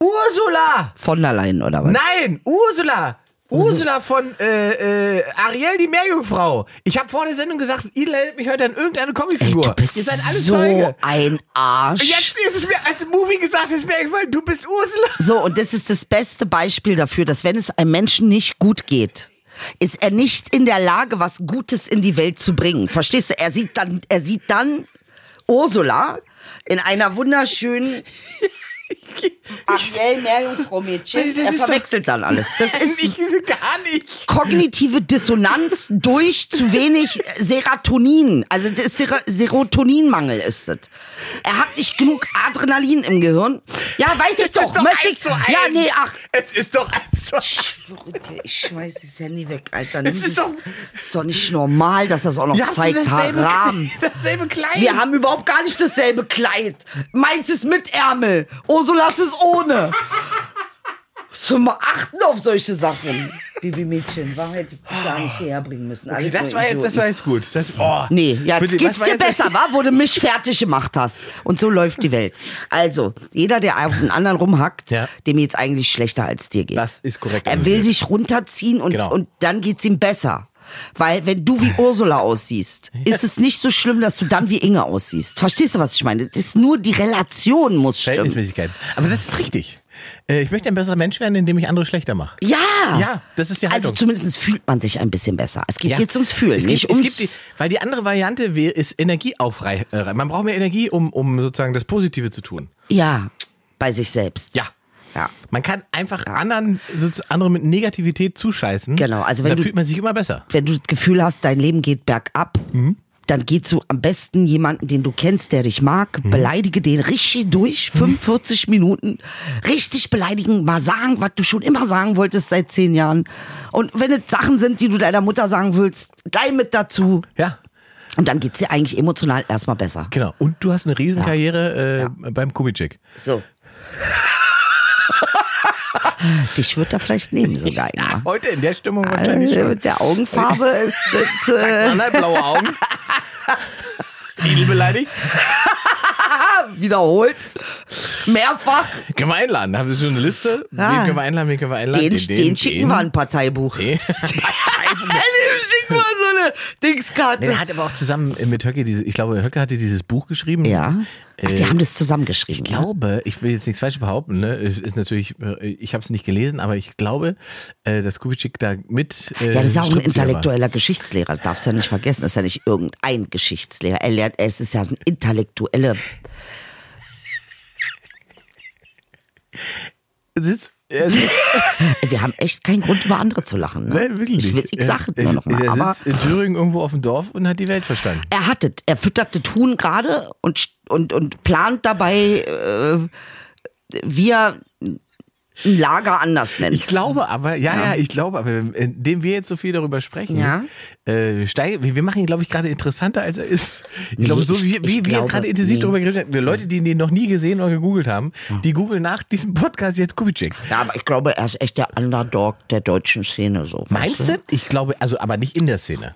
[SPEAKER 2] Ursula!
[SPEAKER 4] Von der Leyen oder was?
[SPEAKER 2] Nein, Ursula! Ursula von äh, äh, Ariel, die Meerjungfrau. Ich habe vor der Sendung gesagt, ihr hält mich heute an irgendeine
[SPEAKER 4] Ey,
[SPEAKER 2] Comicfigur.
[SPEAKER 4] du bist
[SPEAKER 2] Ihr seid alle
[SPEAKER 4] so
[SPEAKER 2] Zeuge.
[SPEAKER 4] ein Arsch.
[SPEAKER 2] Jetzt ist es mir als Movie gesagt, ist mir eingefallen, du bist Ursula.
[SPEAKER 4] So, und das ist das beste Beispiel dafür, dass wenn es einem Menschen nicht gut geht, ist er nicht in der Lage, was Gutes in die Welt zu bringen. Verstehst du? Er sieht dann, er sieht dann Ursula in einer wunderschönen Ariel Meerjungfrau Mädchen.
[SPEAKER 2] Das
[SPEAKER 4] Er
[SPEAKER 2] ist doch-
[SPEAKER 4] verwechselt dann alles. Das ist
[SPEAKER 2] nicht, gar nicht.
[SPEAKER 4] kognitive Dissonanz durch zu wenig Serotonin. Also das ist Ser Serotoninmangel ist das. Er hat nicht genug Adrenalin im Gehirn. Ja, weiß ich
[SPEAKER 2] Es ist
[SPEAKER 4] doch. Möchte ich.
[SPEAKER 2] eins zu eins.
[SPEAKER 4] Ja, nee, ach.
[SPEAKER 2] Es ist doch eins zu eins.
[SPEAKER 4] Ich schwöre dir, ich schmeiß das Handy weg, Alter. Nimm
[SPEAKER 2] Es
[SPEAKER 4] das
[SPEAKER 2] ist
[SPEAKER 4] ist,
[SPEAKER 2] doch-
[SPEAKER 4] doch, nicht normal, dass das auch noch
[SPEAKER 2] Ihr habt
[SPEAKER 4] zeigt. Haram.
[SPEAKER 2] dasselbe Kleid.
[SPEAKER 4] Wir haben überhaupt gar nicht dasselbe Kleid. Meins ist mit Ärmel. Ursulas ist ohne. Zum mal achten auf solche Sachen. Bibi-Mädchen, war hätte ich die gar nicht hierher bringen müssen.
[SPEAKER 2] Okay,
[SPEAKER 4] Alles
[SPEAKER 2] das
[SPEAKER 4] nur
[SPEAKER 2] war jetzt,
[SPEAKER 4] Idioten.
[SPEAKER 2] das war jetzt gut. Das, oh.
[SPEAKER 4] Äh, Nee, ja,
[SPEAKER 2] Bitte,
[SPEAKER 4] jetzt geht's
[SPEAKER 2] was war
[SPEAKER 4] dir
[SPEAKER 2] jetzt das-
[SPEAKER 4] besser, wa? Wo du mich fertig gemacht hast. Und so läuft die Welt. Also, jeder, der auf einen anderen rumhackt,
[SPEAKER 2] Ja.
[SPEAKER 4] dem geht's eigentlich schlechter als dir geht.
[SPEAKER 2] Das ist korrekt.
[SPEAKER 4] Er will dich runterziehen und,
[SPEAKER 2] Genau.
[SPEAKER 4] und dann geht's ihm besser. Weil wenn du wie Ursula aussiehst, ist es nicht so schlimm, dass du dann wie Inge aussiehst. Verstehst du, was ich meine? Das ist nur die Relation muss stimmen.
[SPEAKER 2] Verhältnismäßigkeit. Aber das ist richtig. Äh, Ich möchte ein besserer Mensch werden, indem ich andere schlechter mache.
[SPEAKER 4] Ja.
[SPEAKER 2] Ja, das ist die
[SPEAKER 4] Also
[SPEAKER 2] Haltung.
[SPEAKER 4] zumindest fühlt man sich ein bisschen besser. Es geht
[SPEAKER 2] Ja.
[SPEAKER 4] jetzt ums Fühlen,
[SPEAKER 2] Es gibt,
[SPEAKER 4] nicht
[SPEAKER 2] es
[SPEAKER 4] ums...
[SPEAKER 2] gibt die, weil die andere Variante wär- ist Energieaufrei. äh, Man braucht mehr Energie, um, um sozusagen das Positive zu tun.
[SPEAKER 4] ja, bei sich selbst.
[SPEAKER 2] Ja.
[SPEAKER 4] Ja.
[SPEAKER 2] Man kann einfach anderen, sozusagen andere mit Negativität zuscheißen.
[SPEAKER 4] Genau, also
[SPEAKER 2] Und
[SPEAKER 4] wenn
[SPEAKER 2] dann
[SPEAKER 4] du-
[SPEAKER 2] fühlt man sich immer besser.
[SPEAKER 4] wenn du das Gefühl hast, dein Leben geht bergab,
[SPEAKER 2] Mhm.
[SPEAKER 4] dann geh zu am besten jemanden, den du kennst, der dich mag,
[SPEAKER 2] Mhm.
[SPEAKER 4] beleidige den richtig durch, 45 Minuten, richtig beleidigen, mal sagen, was du schon immer sagen wolltest seit zehn Jahren. Und wenn es Sachen sind, die du deiner Mutter sagen willst, gleich mit dazu.
[SPEAKER 2] Ja.
[SPEAKER 4] Und dann geht's dir eigentlich emotional erstmal besser.
[SPEAKER 2] Genau. Und du hast eine Riesenkarriere äh, beim Kubitschek.
[SPEAKER 4] So. Dich wird er vielleicht nehmen sogar, Ingmar.
[SPEAKER 2] Heute in der Stimmung wahrscheinlich
[SPEAKER 4] Also,
[SPEAKER 2] schon.
[SPEAKER 4] mit der Augenfarbe ist das, äh,
[SPEAKER 2] Anderthalb blaue Augen. Edel beleidigt.
[SPEAKER 4] äh, wiederholt. Mehrfach.
[SPEAKER 2] Können wir einladen? Haben wir schon eine Liste?
[SPEAKER 4] Ja.
[SPEAKER 2] Wen können wir einladen? Wen können wir einladen?
[SPEAKER 4] Ah. Den, den, schicken wir an ein Parteibuch.
[SPEAKER 2] Den,
[SPEAKER 4] Dem schicken wir so eine
[SPEAKER 2] Nee, der
[SPEAKER 4] Dingskarte.
[SPEAKER 2] hat aber auch zusammen mit Höcke, diese, ich glaube, Höcke hatte dieses Buch geschrieben.
[SPEAKER 4] Ja. Ach, die
[SPEAKER 2] Äh,
[SPEAKER 4] haben das zusammengeschrieben. ne?
[SPEAKER 2] Ich glaube, ich will jetzt nichts falsch behaupten, ne? Es ist natürlich, äh, ich habe es nicht gelesen, aber ich glaube, äh, dass Kubitschek da mit. Äh,
[SPEAKER 4] ja, das ist auch ein
[SPEAKER 2] Strippenzieher war.
[SPEAKER 4] intellektueller Geschichtslehrer. Das darfst du ja nicht vergessen. Das ist ja nicht irgendein Geschichtslehrer. Er lehrt, es ist ja ein intellektueller.
[SPEAKER 2] Es ist, es ist,
[SPEAKER 4] Wir haben echt keinen Grund, über andere zu lachen. Ne?
[SPEAKER 2] nein, wirklich
[SPEAKER 4] Ich, will-
[SPEAKER 2] nicht.
[SPEAKER 4] Äh, ich sag es
[SPEAKER 2] Er-
[SPEAKER 4] nur noch mal.
[SPEAKER 2] Er
[SPEAKER 4] Aber
[SPEAKER 2] sitzt in Thüringen irgendwo auf dem Dorf und hat die Welt verstanden.
[SPEAKER 4] er hat es. Er füttert das Huhn gerade und, st- und, und plant dabei, äh, wie er ein Lager anders nennt.
[SPEAKER 2] Ich glaube aber, ja, ja, ich glaube aber, indem wir jetzt so viel darüber sprechen,
[SPEAKER 4] Ja.
[SPEAKER 2] äh, steig, wir wir machen ihn, glaube ich, gerade interessanter, als er ist. Ich glaube, so wie,
[SPEAKER 4] ich-
[SPEAKER 2] wie
[SPEAKER 4] ich
[SPEAKER 2] wir
[SPEAKER 4] glaube,
[SPEAKER 2] gerade intensiv
[SPEAKER 4] nee.
[SPEAKER 2] darüber geredet haben, die Leute, die ihn noch nie gesehen oder gegoogelt haben, die googeln nach diesem Podcast jetzt Kubitschek.
[SPEAKER 4] Ja, aber ich glaube, er ist echt der Underdog der deutschen Szene. So, weißt
[SPEAKER 2] Meinst du? Ich glaube, also, aber nicht in der Szene.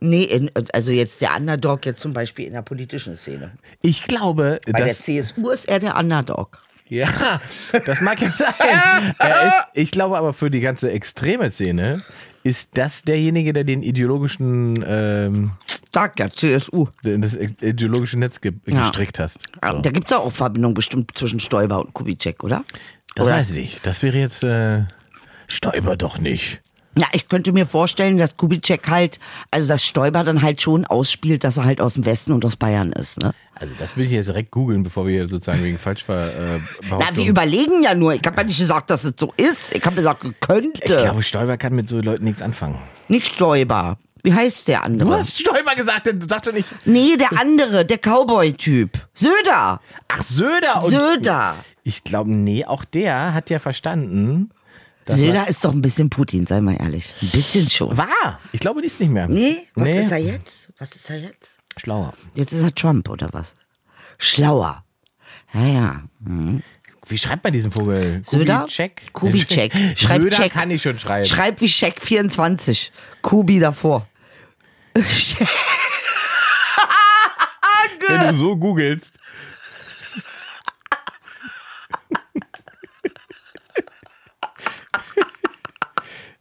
[SPEAKER 4] Nee, in, also jetzt der Underdog jetzt zum Beispiel in der politischen Szene.
[SPEAKER 2] Ich glaube,
[SPEAKER 4] Bei der
[SPEAKER 2] dass,
[SPEAKER 4] CSU ist er der Underdog.
[SPEAKER 2] ja, das mag ja sein. er ist, ich glaube aber für die ganze extreme Szene ist das derjenige, der den ideologischen, ähm,
[SPEAKER 4] Sag ja, CSU.
[SPEAKER 2] das ideologische Netz ge
[SPEAKER 4] Ja. Ah,
[SPEAKER 2] gestrickt hast.
[SPEAKER 4] Da gibt's ja auch Verbindung bestimmt zwischen Stoiber und Kubitschek, oder?
[SPEAKER 2] Das
[SPEAKER 4] oder?
[SPEAKER 2] weiß ich nicht. Das wäre jetzt äh, Stoiber doch nicht.
[SPEAKER 4] Ja, ich könnte mir vorstellen, dass Kubitschek halt, also dass Stoiber dann halt schon ausspielt, dass er halt aus dem Westen und aus Bayern ist. Ne?
[SPEAKER 2] Also das will ich jetzt direkt googeln, bevor wir sozusagen wegen Falschver äh,
[SPEAKER 4] Na, wir
[SPEAKER 2] Behauptung-
[SPEAKER 4] überlegen ja nur. Ich habe ja nicht gesagt, dass es so ist. Ich habe gesagt,
[SPEAKER 2] Ich
[SPEAKER 4] könnte.
[SPEAKER 2] glaube, Stoiber kann mit so Leuten nichts anfangen.
[SPEAKER 4] Nicht Stoiber. Wie heißt der
[SPEAKER 2] Du
[SPEAKER 4] andere?
[SPEAKER 2] hast Stoiber gesagt, denn du sagst doch nicht.
[SPEAKER 4] Nee, der andere, der Cowboy-Typ. Söder.
[SPEAKER 2] Ach, Söder. Und
[SPEAKER 4] Söder.
[SPEAKER 2] Ich glaube, nee, auch der hat ja verstanden.
[SPEAKER 4] Söder ist doch ein bisschen Putin, sei mal ehrlich. Ein bisschen schon.
[SPEAKER 2] War. Ich glaube, die ist nicht mehr.
[SPEAKER 4] Nee, was
[SPEAKER 2] Nee.
[SPEAKER 4] ist er jetzt? Was ist er jetzt?
[SPEAKER 2] Schlauer.
[SPEAKER 4] Jetzt ist er Trump oder was? Schlauer. Ja, ja. Mhm.
[SPEAKER 2] Wie schreibt man diesen Vogel?
[SPEAKER 4] Söder?
[SPEAKER 2] Kubitschek?
[SPEAKER 4] Kubitschek. Schreib
[SPEAKER 2] Söder
[SPEAKER 4] Check.
[SPEAKER 2] kann ich schon schreiben.
[SPEAKER 4] Schreib wie Scheck 24. Kubi davor.
[SPEAKER 2] Wenn du so googelst.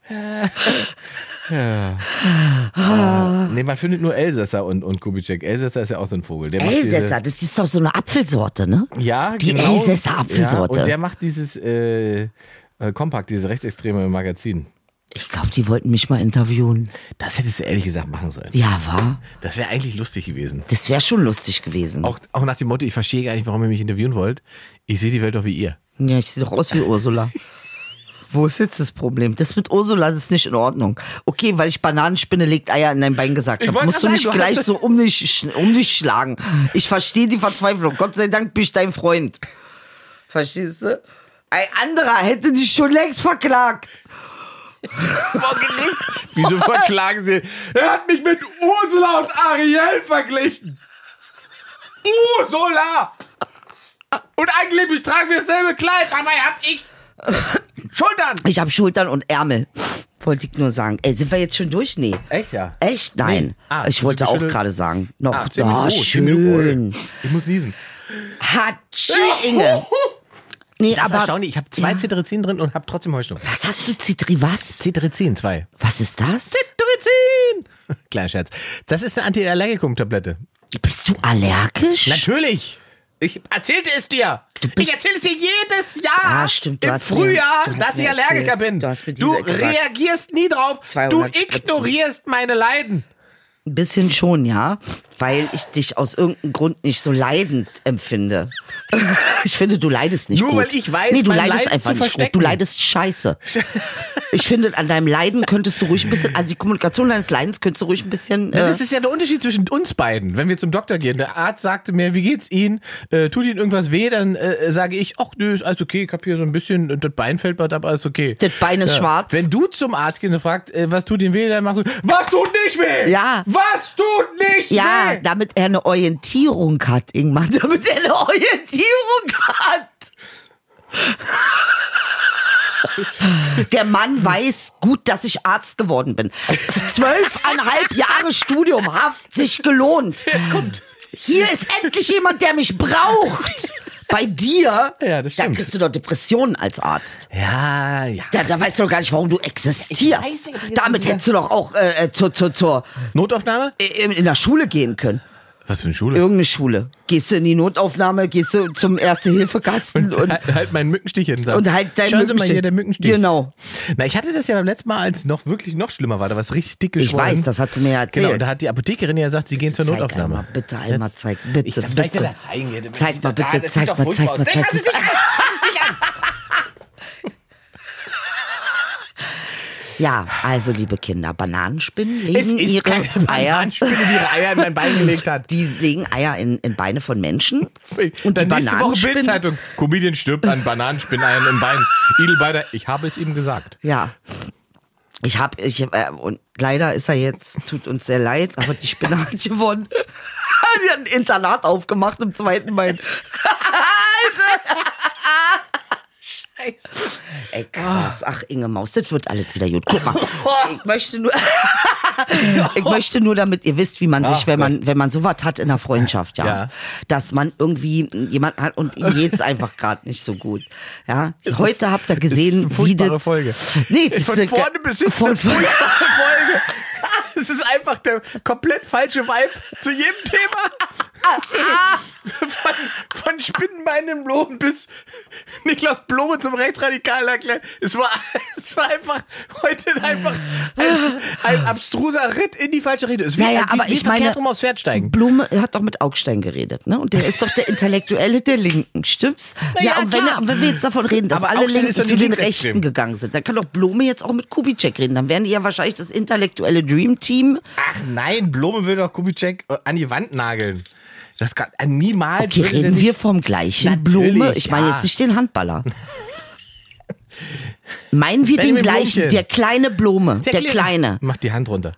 [SPEAKER 2] ja. Äh, Nee, man findet nur Elsässer und, und Kubitschek. Elsässer ist ja auch so ein Vogel. Der macht diese-
[SPEAKER 4] Elsässer, das ist doch so eine Apfelsorte, ne?
[SPEAKER 2] Ja,
[SPEAKER 4] Die
[SPEAKER 2] genau.
[SPEAKER 4] Elsässer Apfelsorte.
[SPEAKER 2] Ja, und der macht dieses äh, äh, Kompakt, dieses rechtsextreme Magazin.
[SPEAKER 4] Ich glaube, die wollten mich mal interviewen.
[SPEAKER 2] Das hättest du ehrlich gesagt machen sollen.
[SPEAKER 4] Ja, war.
[SPEAKER 2] Das wäre eigentlich lustig gewesen.
[SPEAKER 4] Das wäre schon lustig gewesen.
[SPEAKER 2] Auch, auch nach dem Motto, ich verstehe gar nicht, warum ihr mich interviewen wollt. Ich sehe die Welt doch wie ihr.
[SPEAKER 4] Ja, ich sehe doch aus wie Ursula. Wo ist jetzt das Problem? Das mit Ursula das ist nicht in Ordnung. Okay, weil ich Bananenspinne legt Eier in dein Bein gesagt
[SPEAKER 2] Ich
[SPEAKER 4] habe.
[SPEAKER 2] wollte
[SPEAKER 4] Musst
[SPEAKER 2] grad
[SPEAKER 4] du
[SPEAKER 2] sagen,
[SPEAKER 4] nicht
[SPEAKER 2] du
[SPEAKER 4] gleich
[SPEAKER 2] hast-
[SPEAKER 4] so um dich, sch- um dich schlagen. Ich verstehe die Verzweiflung. Gott sei Dank bin ich dein Freund. Verstehst du? Ein anderer hätte dich schon längst verklagt.
[SPEAKER 2] vor Gericht. Wieso verklagen sie? Er hat mich mit Ursula aus Ariel verglichen. Ursula! Und angeblich tragen wir dasselbe Kleid, dabei hab ich Schultern.
[SPEAKER 4] Ich habe Schultern und Ärmel. Wollte ich nur sagen. Ey, sind wir jetzt schon durch? Nee.
[SPEAKER 2] Echt, ja?
[SPEAKER 4] Echt? Nein.
[SPEAKER 2] Nee. Ah,
[SPEAKER 4] ich wollte auch
[SPEAKER 2] geschüttelt.
[SPEAKER 4] gerade sagen. Noch.
[SPEAKER 2] Ach, zehn
[SPEAKER 4] da,
[SPEAKER 2] Minuten. Oh, zehn Minuten.
[SPEAKER 4] schön.
[SPEAKER 2] Oh, Ich muss niesen.
[SPEAKER 4] Hatschi, Inge. Nee,
[SPEAKER 2] Das ist
[SPEAKER 4] aber
[SPEAKER 2] erstaunlich. Ich habe zwei Cetirizin drin und habe trotzdem Heuschnupfen.
[SPEAKER 4] Was hast du, Zitri, was?
[SPEAKER 2] Cetirizin, zwei.
[SPEAKER 4] Was ist das?
[SPEAKER 2] Cetirizin! Kleiner Scherz. Das ist eine Antiallergikum-Tablette.
[SPEAKER 4] Bist du allergisch?
[SPEAKER 2] Natürlich. Ich erzählte es dir.
[SPEAKER 4] bist-
[SPEAKER 2] ich erzähle es dir jedes Jahr
[SPEAKER 4] Ah, stimmt, du
[SPEAKER 2] im
[SPEAKER 4] hast mir-
[SPEAKER 2] Frühjahr,
[SPEAKER 4] du hast
[SPEAKER 2] dass ich
[SPEAKER 4] mir
[SPEAKER 2] Allergiker
[SPEAKER 4] erzählt.
[SPEAKER 2] bin.
[SPEAKER 4] Du hast mir diese gesagt.
[SPEAKER 2] reagierst nie drauf.
[SPEAKER 4] 200
[SPEAKER 2] du
[SPEAKER 4] Spritzen.
[SPEAKER 2] ignorierst meine Leiden.
[SPEAKER 4] Ein bisschen schon, ja. Weil ich dich aus irgendeinem Grund nicht so leidend empfinde. Ich finde, du leidest nicht
[SPEAKER 2] Nur
[SPEAKER 4] gut.
[SPEAKER 2] weil ich weiß,
[SPEAKER 4] nee, du
[SPEAKER 2] mein
[SPEAKER 4] leidest
[SPEAKER 2] Leid
[SPEAKER 4] einfach
[SPEAKER 2] zu
[SPEAKER 4] nicht gut.
[SPEAKER 2] verstecken.
[SPEAKER 4] Du leidest scheiße. Ich finde, an deinem Leiden könntest du ruhig ein bisschen, also die Kommunikation deines Leidens könntest du ruhig ein bisschen. Äh,
[SPEAKER 2] Das ist ja der Unterschied zwischen uns beiden. Wenn wir zum Doktor gehen, der Arzt sagte mir, wie geht's Ihnen? Äh, tut Ihnen irgendwas weh? Dann äh, sage ich, ach nö, ist alles okay. Ich habe hier so ein bisschen, äh, das Bein fällt bald ab, alles okay.
[SPEAKER 4] Das Bein ist schwarz.
[SPEAKER 2] Wenn du zum Arzt gehst und fragst, äh, was tut Ihnen weh, dann machst du, was tut nicht weh?
[SPEAKER 4] Ja.
[SPEAKER 2] Was tut nicht
[SPEAKER 4] ja,
[SPEAKER 2] weh?
[SPEAKER 4] damit er eine Orientierung hat, Ingmar. Damit er eine Orientierung hat. Der Mann weiß gut, dass ich Arzt geworden bin. Zwölfeinhalb Jahre Studium hat sich gelohnt. Hier ist endlich jemand, der mich braucht. Bei dir,
[SPEAKER 2] Ja, das
[SPEAKER 4] da
[SPEAKER 2] stimmt.
[SPEAKER 4] kriegst du doch Depressionen als Arzt.
[SPEAKER 2] Ja, ja.
[SPEAKER 4] Da, da weißt du doch gar nicht, warum du existierst. Damit hättest du doch auch äh, äh, zur, zur, zur, äh,
[SPEAKER 2] Notaufnahme?
[SPEAKER 4] in, in der Schule gehen können.
[SPEAKER 2] Was für eine Schule?
[SPEAKER 4] Irgendeine Schule. Gehst du in die Notaufnahme, gehst du zum Erste-Hilfe-Kasten und,
[SPEAKER 2] halt, halt meinen Mückenstich hin. sag.
[SPEAKER 4] Und halt deinen
[SPEAKER 2] Schauen Sie mal
[SPEAKER 4] Mückenstich.
[SPEAKER 2] hier, der Mückenstich.
[SPEAKER 4] Genau.
[SPEAKER 2] Na, ich hatte das ja beim letzten Mal, als noch wirklich noch schlimmer war. Da war es richtig dick geschwollen.
[SPEAKER 4] weiß, das hat sie mir ja erzählt.
[SPEAKER 2] Genau, und da hat die Apothekerin ja gesagt, sie gehen zur
[SPEAKER 4] Zeig
[SPEAKER 2] Notaufnahme.
[SPEAKER 4] einmal, bitte einmal zeig, bitte,
[SPEAKER 2] Ich darf
[SPEAKER 4] bitte.
[SPEAKER 2] dir das zeigen. hier, wenn
[SPEAKER 4] Zeig
[SPEAKER 2] ich
[SPEAKER 4] mal
[SPEAKER 2] da-
[SPEAKER 4] bitte,
[SPEAKER 2] das
[SPEAKER 4] zeig
[SPEAKER 2] sieht doch
[SPEAKER 4] mal, zeig
[SPEAKER 2] furchtbar
[SPEAKER 4] mal,
[SPEAKER 2] aus.
[SPEAKER 4] zeig
[SPEAKER 2] Fass es
[SPEAKER 4] mal.
[SPEAKER 2] nicht an, fass es nicht an.
[SPEAKER 4] ja, also liebe Kinder, Bananenspinnen legen
[SPEAKER 2] Es ist
[SPEAKER 4] ihre
[SPEAKER 2] keine
[SPEAKER 4] Eier.
[SPEAKER 2] Bananenspinne, die ihre Eier in mein Bein gelegt hat.
[SPEAKER 4] Die legen Eier in, in Beine von Menschen. Und
[SPEAKER 2] Dann
[SPEAKER 4] die
[SPEAKER 2] nächste Woche
[SPEAKER 4] Bananenspinnen-
[SPEAKER 2] Bildzeitung. Comedian stirbt an Bananenspinneiern im Bein. Idelbeider, ich habe es ihm gesagt.
[SPEAKER 4] Ja. Ich hab, ich, äh, und leider ist er jetzt, tut uns sehr leid, aber die Spinne hat gewonnen. die hat ein Internat aufgemacht im zweiten Bein.
[SPEAKER 2] Scheiße.
[SPEAKER 4] Ey, krass. Ach, Inge Maus, das wird alles wieder gut. Guck mal. Ich möchte nur, ich möchte nur damit ihr wisst, wie man sich,
[SPEAKER 2] Ach
[SPEAKER 4] wenn man, wenn man sowas hat in der Freundschaft, ja,
[SPEAKER 2] Ja.
[SPEAKER 4] dass man irgendwie jemanden hat und ihm geht's einfach gerade nicht so gut. Ja, heute habt ihr
[SPEAKER 2] ist
[SPEAKER 4] gesehen,
[SPEAKER 2] eine
[SPEAKER 4] wie
[SPEAKER 2] furchtbare
[SPEAKER 4] das.
[SPEAKER 2] Folge.
[SPEAKER 4] Nee, das
[SPEAKER 2] Von
[SPEAKER 4] ist eine-
[SPEAKER 2] vorne bis hinten
[SPEAKER 4] von
[SPEAKER 2] eine
[SPEAKER 4] vorne.
[SPEAKER 2] furchtbare Folge. Es ist einfach der komplett falsche Vibe zu jedem Thema. von, von Spinnenbein im Lohn bis Niklas Blome zum Rechtsradikalen erklärt. Es war, es war einfach heute einfach ein, ein abstruser Ritt in die falsche Rede. Es ist wie,
[SPEAKER 4] Naja,
[SPEAKER 2] wie,
[SPEAKER 4] aber
[SPEAKER 2] wie
[SPEAKER 4] ich
[SPEAKER 2] verkehrt
[SPEAKER 4] meine-
[SPEAKER 2] rum aufs Pferd steigen.
[SPEAKER 4] Blume hat doch mit Augstein geredet, ne? Und der ist doch der Intellektuelle der Linken, stimmt's?
[SPEAKER 2] ja,
[SPEAKER 4] ja, und wenn,
[SPEAKER 2] klar.
[SPEAKER 4] er, wenn wir jetzt davon reden, dass
[SPEAKER 2] Aber
[SPEAKER 4] alle
[SPEAKER 2] Augstein
[SPEAKER 4] Linken
[SPEAKER 2] ist doch
[SPEAKER 4] zu
[SPEAKER 2] nicht
[SPEAKER 4] den
[SPEAKER 2] linksextrem.
[SPEAKER 4] Rechten gegangen sind, dann kann doch Blume jetzt auch mit Kubitschek reden. Dann wären die ja wahrscheinlich das intellektuelle Dream Team.
[SPEAKER 2] Ach nein, Blome will doch Kubitschek an die Wand nageln. Das kann äh, niemals.
[SPEAKER 4] Okay,
[SPEAKER 2] würde der
[SPEAKER 4] reden
[SPEAKER 2] sich-
[SPEAKER 4] wir vom gleichen
[SPEAKER 2] Natürlich,
[SPEAKER 4] Blume. Ich meine
[SPEAKER 2] ja.
[SPEAKER 4] jetzt nicht den Handballer. Meinen wir den
[SPEAKER 2] Benjamin
[SPEAKER 4] gleichen,
[SPEAKER 2] Blümchen.
[SPEAKER 4] der kleine Blume, der, kleine.
[SPEAKER 2] Mach die Hand runter.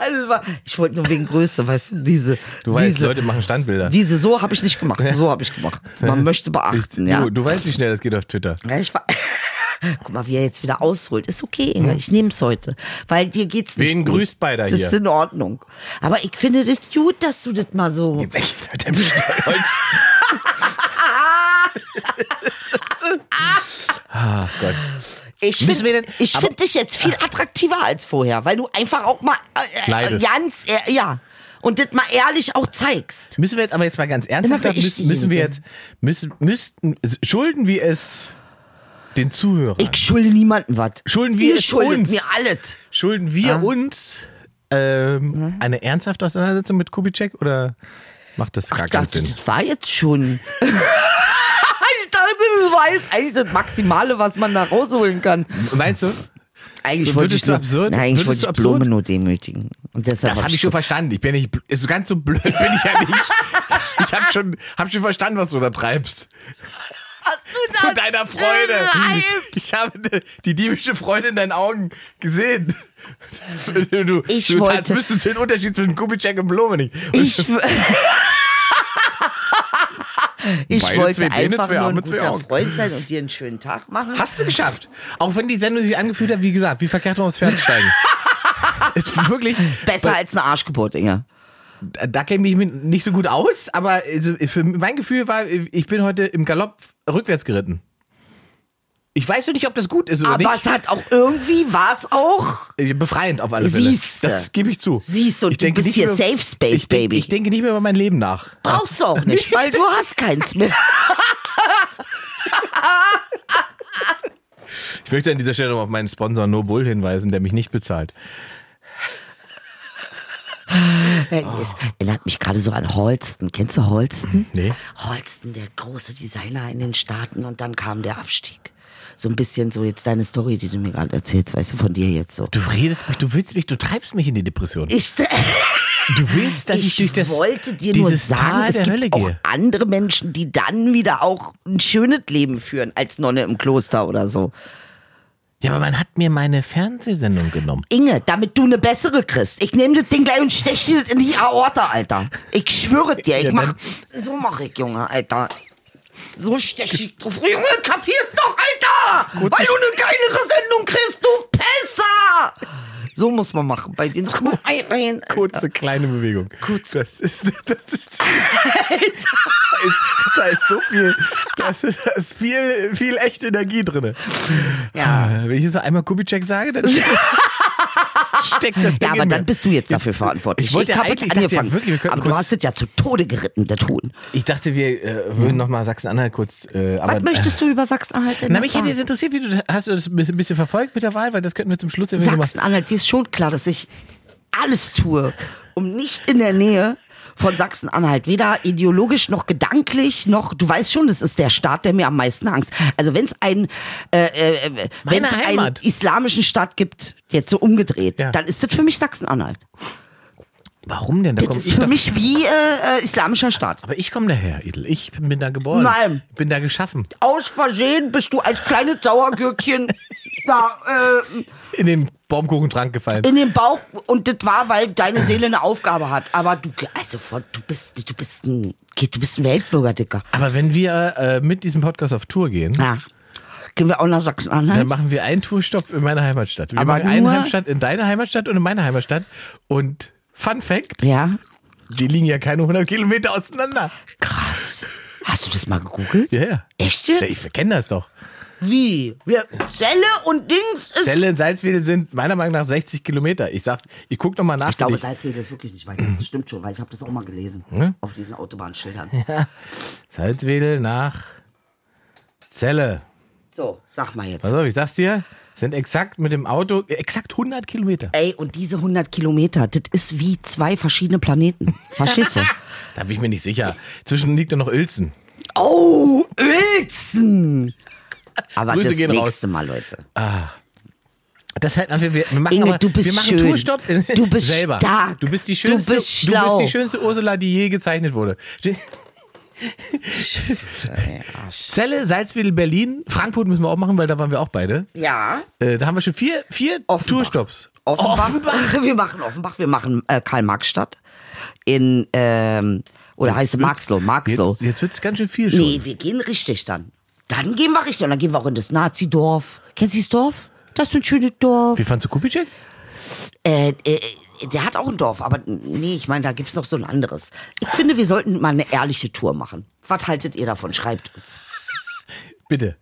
[SPEAKER 4] Also, Ich wollte nur wegen Größe, weißt du, diese,
[SPEAKER 2] Du weißt,
[SPEAKER 4] diese,
[SPEAKER 2] Leute machen Standbilder.
[SPEAKER 4] diese, so habe ich nicht gemacht, so habe ich gemacht. Man möchte beachten,
[SPEAKER 2] Ich-
[SPEAKER 4] ja.
[SPEAKER 2] du, du weißt, wie schnell das geht auf Twitter.
[SPEAKER 4] Ja, ich war. Guck mal, wie er jetzt wieder ausholt. Ist okay, Inge. Ich nehme es heute. Weil dir geht's nicht.
[SPEAKER 2] Wen
[SPEAKER 4] gut.
[SPEAKER 2] grüßt beider
[SPEAKER 4] Das
[SPEAKER 2] hier?
[SPEAKER 4] ist in Ordnung. Aber ich finde das gut, dass du das mal so.
[SPEAKER 2] Weg mit dem Stolz. Ach Gott.
[SPEAKER 4] Ich
[SPEAKER 2] Müssen wir
[SPEAKER 4] finde
[SPEAKER 2] denn- Ah.
[SPEAKER 4] find dich jetzt viel attraktiver als vorher, weil du einfach auch mal äh, äh,
[SPEAKER 2] Leidest.
[SPEAKER 4] ganz, äh, ja. Und das mal ehrlich auch zeigst.
[SPEAKER 2] Müssen wir jetzt aber jetzt mal ganz ernsthaft
[SPEAKER 4] Immer bin ich
[SPEAKER 2] müssen, müssen wir jetzt müssen müssten schulden wir es den Zuhörern?
[SPEAKER 4] Ich schulde niemandem was.
[SPEAKER 2] Schulden wir
[SPEAKER 4] Ihr
[SPEAKER 2] es
[SPEAKER 4] schuldet
[SPEAKER 2] uns?
[SPEAKER 4] mir alles.
[SPEAKER 2] schulden wir uns ähm, eine ernsthafte Auseinandersetzung mit Kubitschek oder macht das gar
[SPEAKER 4] Ich
[SPEAKER 2] keinen
[SPEAKER 4] dachte,
[SPEAKER 2] Sinn?
[SPEAKER 4] das war jetzt schon. ich dachte, das war jetzt eigentlich das Maximale, was man da rausholen kann.
[SPEAKER 2] Meinst du?
[SPEAKER 4] Eigentlich
[SPEAKER 2] Würdest
[SPEAKER 4] wollte ich
[SPEAKER 2] du
[SPEAKER 4] nur,
[SPEAKER 2] absurd-
[SPEAKER 4] Nein,
[SPEAKER 2] würdest
[SPEAKER 4] eigentlich wollte
[SPEAKER 2] du
[SPEAKER 4] ich
[SPEAKER 2] absurd?
[SPEAKER 4] Blume nur demütigen. Und deshalb
[SPEAKER 2] Das
[SPEAKER 4] hab
[SPEAKER 2] habe ich schon verstanden. Ich bin ja nicht, bl- ist ganz so blöd bin ich ja nicht. Ich habe schon, hab schon verstanden, was du da treibst.
[SPEAKER 4] Hast du das?
[SPEAKER 2] Zu deiner Freude. Ich habe de- die diebische Freude in deinen Augen gesehen. Du, du,
[SPEAKER 4] Ich
[SPEAKER 2] du als
[SPEAKER 4] wollte-
[SPEAKER 2] wüsstest du den Unterschied zwischen Kubitschek und Blume nicht. Und
[SPEAKER 4] Ich, ich
[SPEAKER 2] Beide zwei
[SPEAKER 4] wollte
[SPEAKER 2] Beine,
[SPEAKER 4] einfach
[SPEAKER 2] zwei
[SPEAKER 4] nur ein
[SPEAKER 2] Arme, zwei
[SPEAKER 4] guter
[SPEAKER 2] Augen.
[SPEAKER 4] Freund sein und dir einen schönen Tag machen.
[SPEAKER 2] Hast du geschafft. Auch wenn die Sendung sich angefühlt hat, wie gesagt, wie verkehrt man aufs Pferd steigen. Ist wirklich,
[SPEAKER 4] Besser als eine Arschgeburt, Inge.
[SPEAKER 2] da kenne ich mich nicht so gut aus, aber also für mein Gefühl war, ich bin heute im Galopp rückwärts geritten. Ich weiß noch nicht, ob das gut ist oder
[SPEAKER 4] Aber es
[SPEAKER 2] nicht.
[SPEAKER 4] hat auch irgendwie, war es auch.
[SPEAKER 2] Befreiend auf alle Fälle.
[SPEAKER 4] Siehste.
[SPEAKER 2] Das gebe ich zu.
[SPEAKER 4] Siehst du, und
[SPEAKER 2] Ich
[SPEAKER 4] du
[SPEAKER 2] denke
[SPEAKER 4] bist
[SPEAKER 2] nicht
[SPEAKER 4] hier
[SPEAKER 2] mehr-
[SPEAKER 4] Safe Space,
[SPEAKER 2] ich denk-
[SPEAKER 4] Baby.
[SPEAKER 2] Ich denke nicht mehr über mein Leben nach.
[SPEAKER 4] Brauchst du auch nicht, weil du hast keins mehr.
[SPEAKER 2] Ich möchte an dieser Stelle noch auf meinen Sponsor No Bull hinweisen, der mich nicht bezahlt.
[SPEAKER 4] Es erinnert mich gerade so an Holsten. Kennst du Holsten?
[SPEAKER 2] Nee.
[SPEAKER 4] Holsten, der große Designer in den Staaten und dann kam der Abstieg. So ein bisschen so jetzt deine Story, die du mir gerade erzählst, weißt du, von dir jetzt so.
[SPEAKER 2] Du redest mich, du willst mich, du treibst mich in die Depression.
[SPEAKER 4] Ich,
[SPEAKER 2] Du willst, dass ich,
[SPEAKER 4] ich
[SPEAKER 2] durch das
[SPEAKER 4] wollte dir nur
[SPEAKER 2] dieses
[SPEAKER 4] sagen,
[SPEAKER 2] Tal
[SPEAKER 4] es
[SPEAKER 2] der
[SPEAKER 4] gibt
[SPEAKER 2] Hölle
[SPEAKER 4] auch
[SPEAKER 2] gehe.
[SPEAKER 4] andere Menschen, die dann wieder auch ein schönes Leben führen, als Nonne im Kloster oder so.
[SPEAKER 2] Ja, aber man hat mir meine Fernsehsendung genommen.
[SPEAKER 4] Inge, damit du eine bessere kriegst. Ich nehme das Ding gleich und stech dir das in die Aorta, Alter. Ich schwöre dir, ich
[SPEAKER 2] Ja,
[SPEAKER 4] mach. So mach ich, Junge, Alter. So stech ich drauf. Junge, kapierst doch, Alter! Weil du eine geilere Sendung kriegst, du Pisser! So muss man machen bei den Schmeireien.
[SPEAKER 2] Kurze kleine Bewegung. Gut. Das ist, das ist, ist, da ist so viel, da ist, da ist viel, viel echte Energie drin.
[SPEAKER 4] Ja.
[SPEAKER 2] Wenn ich jetzt noch einmal Kubitschek sage, dann steckt das Ding
[SPEAKER 4] Ja, aber
[SPEAKER 2] in
[SPEAKER 4] dann
[SPEAKER 2] mir.
[SPEAKER 4] bist du jetzt dafür verantwortlich.
[SPEAKER 2] Ich wollte ja
[SPEAKER 4] hab
[SPEAKER 2] eigentlich- ich dachte ja
[SPEAKER 4] angefangen.
[SPEAKER 2] wirklich, wir könnten
[SPEAKER 4] aber du
[SPEAKER 2] kurz-
[SPEAKER 4] hast es ja zu Tode geritten, der Ton.
[SPEAKER 2] Ich dachte, wir äh, würden noch nochmal Sachsen-Anhalt kurz. Äh, aber,
[SPEAKER 4] Was möchtest du über Sachsen-Anhalt denn
[SPEAKER 2] Na,
[SPEAKER 4] noch
[SPEAKER 2] mich
[SPEAKER 4] sagen?
[SPEAKER 2] hätte jetzt interessiert, wie du hast du das ein bisschen- bisschen verfolgt mit der Wahl, weil das könnten wir zum Schluss irgendwie nochmal-
[SPEAKER 4] Sachsen-Anhalt, dir ist schon klar, dass ich alles tue, um nicht in der Nähe von Sachsen-Anhalt, weder ideologisch noch gedanklich noch, du weißt schon, das ist der Staat, der mir am meisten Angst. Also wenn es einen, äh, äh, wenn's einen
[SPEAKER 2] Heimat.
[SPEAKER 4] islamischen Staat gibt, jetzt so umgedreht,
[SPEAKER 2] Ja.
[SPEAKER 4] dann ist das für mich Sachsen-Anhalt.
[SPEAKER 2] Warum denn? Da
[SPEAKER 4] Das
[SPEAKER 2] komm
[SPEAKER 4] ist
[SPEAKER 2] ich
[SPEAKER 4] für
[SPEAKER 2] doch-
[SPEAKER 4] mich wie äh, äh, islamischer Staat.
[SPEAKER 2] Aber ich komme daher, Edel. Ich bin da geboren.
[SPEAKER 4] Nein.
[SPEAKER 2] Ich bin da geschaffen.
[SPEAKER 4] Aus Versehen bist du als kleines Sauergürkchen da äh,
[SPEAKER 2] In den Baumkuchentrank gefallen.
[SPEAKER 4] in den Bauch und das war, weil deine Seele eine Aufgabe hat. Aber du, also von, du bist, du bist ein, du bist ein Weltbürger, Dicker.
[SPEAKER 2] Aber wenn wir äh, mit diesem Podcast auf Tour gehen,
[SPEAKER 4] Ja. Gehen wir auch nach ne?
[SPEAKER 2] dann
[SPEAKER 4] Sachsen-Anhalt?
[SPEAKER 2] machen wir einen Tourstopp in meiner Heimatstadt. Wir
[SPEAKER 4] Aber
[SPEAKER 2] machen einen
[SPEAKER 4] nur-
[SPEAKER 2] Heimatstadt in deiner Heimatstadt und in meiner Heimatstadt. Und Fun Fact,
[SPEAKER 4] Ja.
[SPEAKER 2] die liegen ja keine 100 Kilometer auseinander.
[SPEAKER 4] Krass. Hast du das mal gegoogelt?
[SPEAKER 2] Ja, ja.
[SPEAKER 4] Echt
[SPEAKER 2] Ja,
[SPEAKER 4] jetzt?
[SPEAKER 2] Ich kenne das doch.
[SPEAKER 4] Wie? Wir Zelle und Dings ist.
[SPEAKER 2] Zelle und Salzwedel sind meiner Meinung nach 60 Kilometer. Ich sag, ich guck noch mal nach.
[SPEAKER 4] Ich glaube,
[SPEAKER 2] für dich.
[SPEAKER 4] Salzwedel ist wirklich nicht weit. Das stimmt schon, weil ich habe das auch mal gelesen. Auf diesen Autobahnschildern.
[SPEAKER 2] Salzwedel nach Zelle.
[SPEAKER 4] So, sag mal jetzt.
[SPEAKER 2] Pass auf, ich sag's dir, sind exakt mit dem Auto, äh, exakt 100 Kilometer.
[SPEAKER 4] Ey, und diese 100 Kilometer, das ist wie zwei verschiedene Planeten. Verstehst du?
[SPEAKER 2] Da bin ich mir nicht sicher. Zwischen liegt doch noch Uelzen.
[SPEAKER 4] oh, Uelzen! Aber
[SPEAKER 2] Grüße
[SPEAKER 4] das
[SPEAKER 2] gehen
[SPEAKER 4] nächste
[SPEAKER 2] raus.
[SPEAKER 4] Mal, Leute.
[SPEAKER 2] Das halt, wir, wir machen
[SPEAKER 4] Inge,
[SPEAKER 2] aber,
[SPEAKER 4] du bist
[SPEAKER 2] wir machen
[SPEAKER 4] schön.
[SPEAKER 2] Tourstopp
[SPEAKER 4] Du bist
[SPEAKER 2] selber.
[SPEAKER 4] stark.
[SPEAKER 2] Du bist die
[SPEAKER 4] Du
[SPEAKER 2] schönste,
[SPEAKER 4] bist schlau.
[SPEAKER 2] die schönste Ursula, die je gezeichnet wurde. Zelle, Salzwedel, Berlin, Frankfurt müssen wir auch machen, weil da waren wir auch beide.
[SPEAKER 4] Ja.
[SPEAKER 2] Äh, da haben wir schon vier, vier
[SPEAKER 4] Offenbach.
[SPEAKER 2] Tourstops.
[SPEAKER 4] Offenbach.
[SPEAKER 2] Offenbach.
[SPEAKER 4] Wir machen Offenbach, wir machen äh, Karl-Marx-Stadt in, ähm, oder heißt es Marxloh, Marxloh.
[SPEAKER 2] Jetzt, jetzt wird's ganz schön viel schon.
[SPEAKER 4] Nee, wir gehen richtig dann. Dann gehen wir richtig und dann gehen wir auch in das Nazi-Dorf. Kennst du das Dorf? Das ist ein schönes Dorf.
[SPEAKER 2] Wie fandst du Kubitschek?
[SPEAKER 4] Äh, äh, der hat auch ein Dorf, aber nee, ich meine, da gibt's noch so ein anderes. Ich finde, wir sollten mal eine ehrliche Tour machen. Was haltet ihr davon? Schreibt uns.
[SPEAKER 2] Bitte.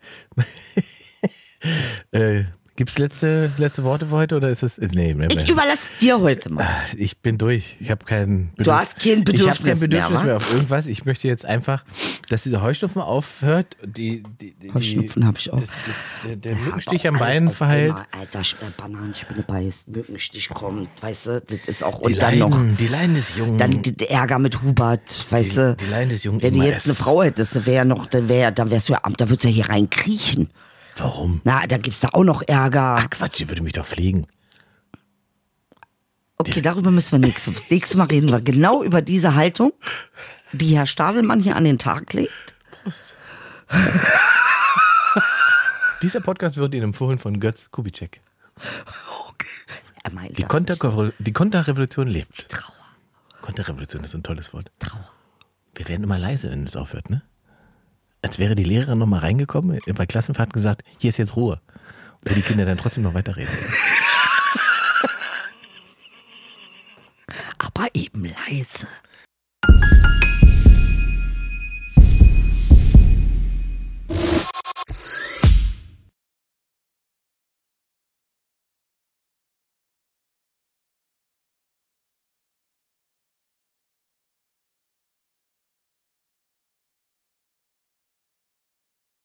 [SPEAKER 2] äh, gibt's letzte, letzte Worte für heute oder ist es. ist- Nee, nee, nee.
[SPEAKER 4] Ich überlasse dir heute mal.
[SPEAKER 2] Ich bin durch. Ich habe kein Bedürfnis.
[SPEAKER 4] hast kein
[SPEAKER 2] Ich habe kein
[SPEAKER 4] Bedürfnis mehr,
[SPEAKER 2] Bedürfnis mehr,
[SPEAKER 4] wa?
[SPEAKER 2] auf irgendwas. Ich möchte jetzt einfach, dass dieser Heuschnupfen aufhört. Die, die, die,
[SPEAKER 4] Heuschnupfen hab ich auch.
[SPEAKER 2] Das, das, der der Mückenstich
[SPEAKER 4] Aber
[SPEAKER 2] am
[SPEAKER 4] auch alt
[SPEAKER 2] Bein
[SPEAKER 4] auf
[SPEAKER 2] verheilt.
[SPEAKER 4] einmal, Alter, Sch- äh, Bananenspinne beißt, Mückenstich kommt, weißt du, das ist auch
[SPEAKER 2] Die
[SPEAKER 4] und dann noch.
[SPEAKER 2] Leiden, die Leiden des Jungen.
[SPEAKER 4] Dann d- d- Ärger mit Hubert, weißt du.
[SPEAKER 2] die Leiden des jungen
[SPEAKER 4] Wenn du
[SPEAKER 2] Ingmar
[SPEAKER 4] jetzt
[SPEAKER 2] S.
[SPEAKER 4] eine Frau hättest, dann wär ja noch, dann wär, dann wärst du ja, am- da würdest du ja hier reinkriechen.
[SPEAKER 2] Warum?
[SPEAKER 4] Na, da gibt's da auch noch Ärger.
[SPEAKER 2] Ach Quatsch, die würde mich doch pflegen.
[SPEAKER 4] Okay, darüber müssen wir nächstes, nächstes Mal reden. Wir genau über diese Haltung, die Herr Stadelmann hier an den Tag legt.
[SPEAKER 2] Prost. Dieser Podcast wird Ihnen empfohlen von Götz Kubitschek.
[SPEAKER 4] Er meint
[SPEAKER 2] Die,
[SPEAKER 4] das
[SPEAKER 2] Konter
[SPEAKER 4] nicht.
[SPEAKER 2] die Konterrevolution lebt.
[SPEAKER 4] Die Trauer.
[SPEAKER 2] Konterrevolution ist ein tolles Wort. Trauer. Wir werden immer leise, wenn es aufhört, ne? Als wäre die Lehrerin nochmal reingekommen, bei Klassenfahrt gesagt, hier ist jetzt Ruhe. Wo die Kinder dann trotzdem noch weiterreden.
[SPEAKER 4] Aber eben leise.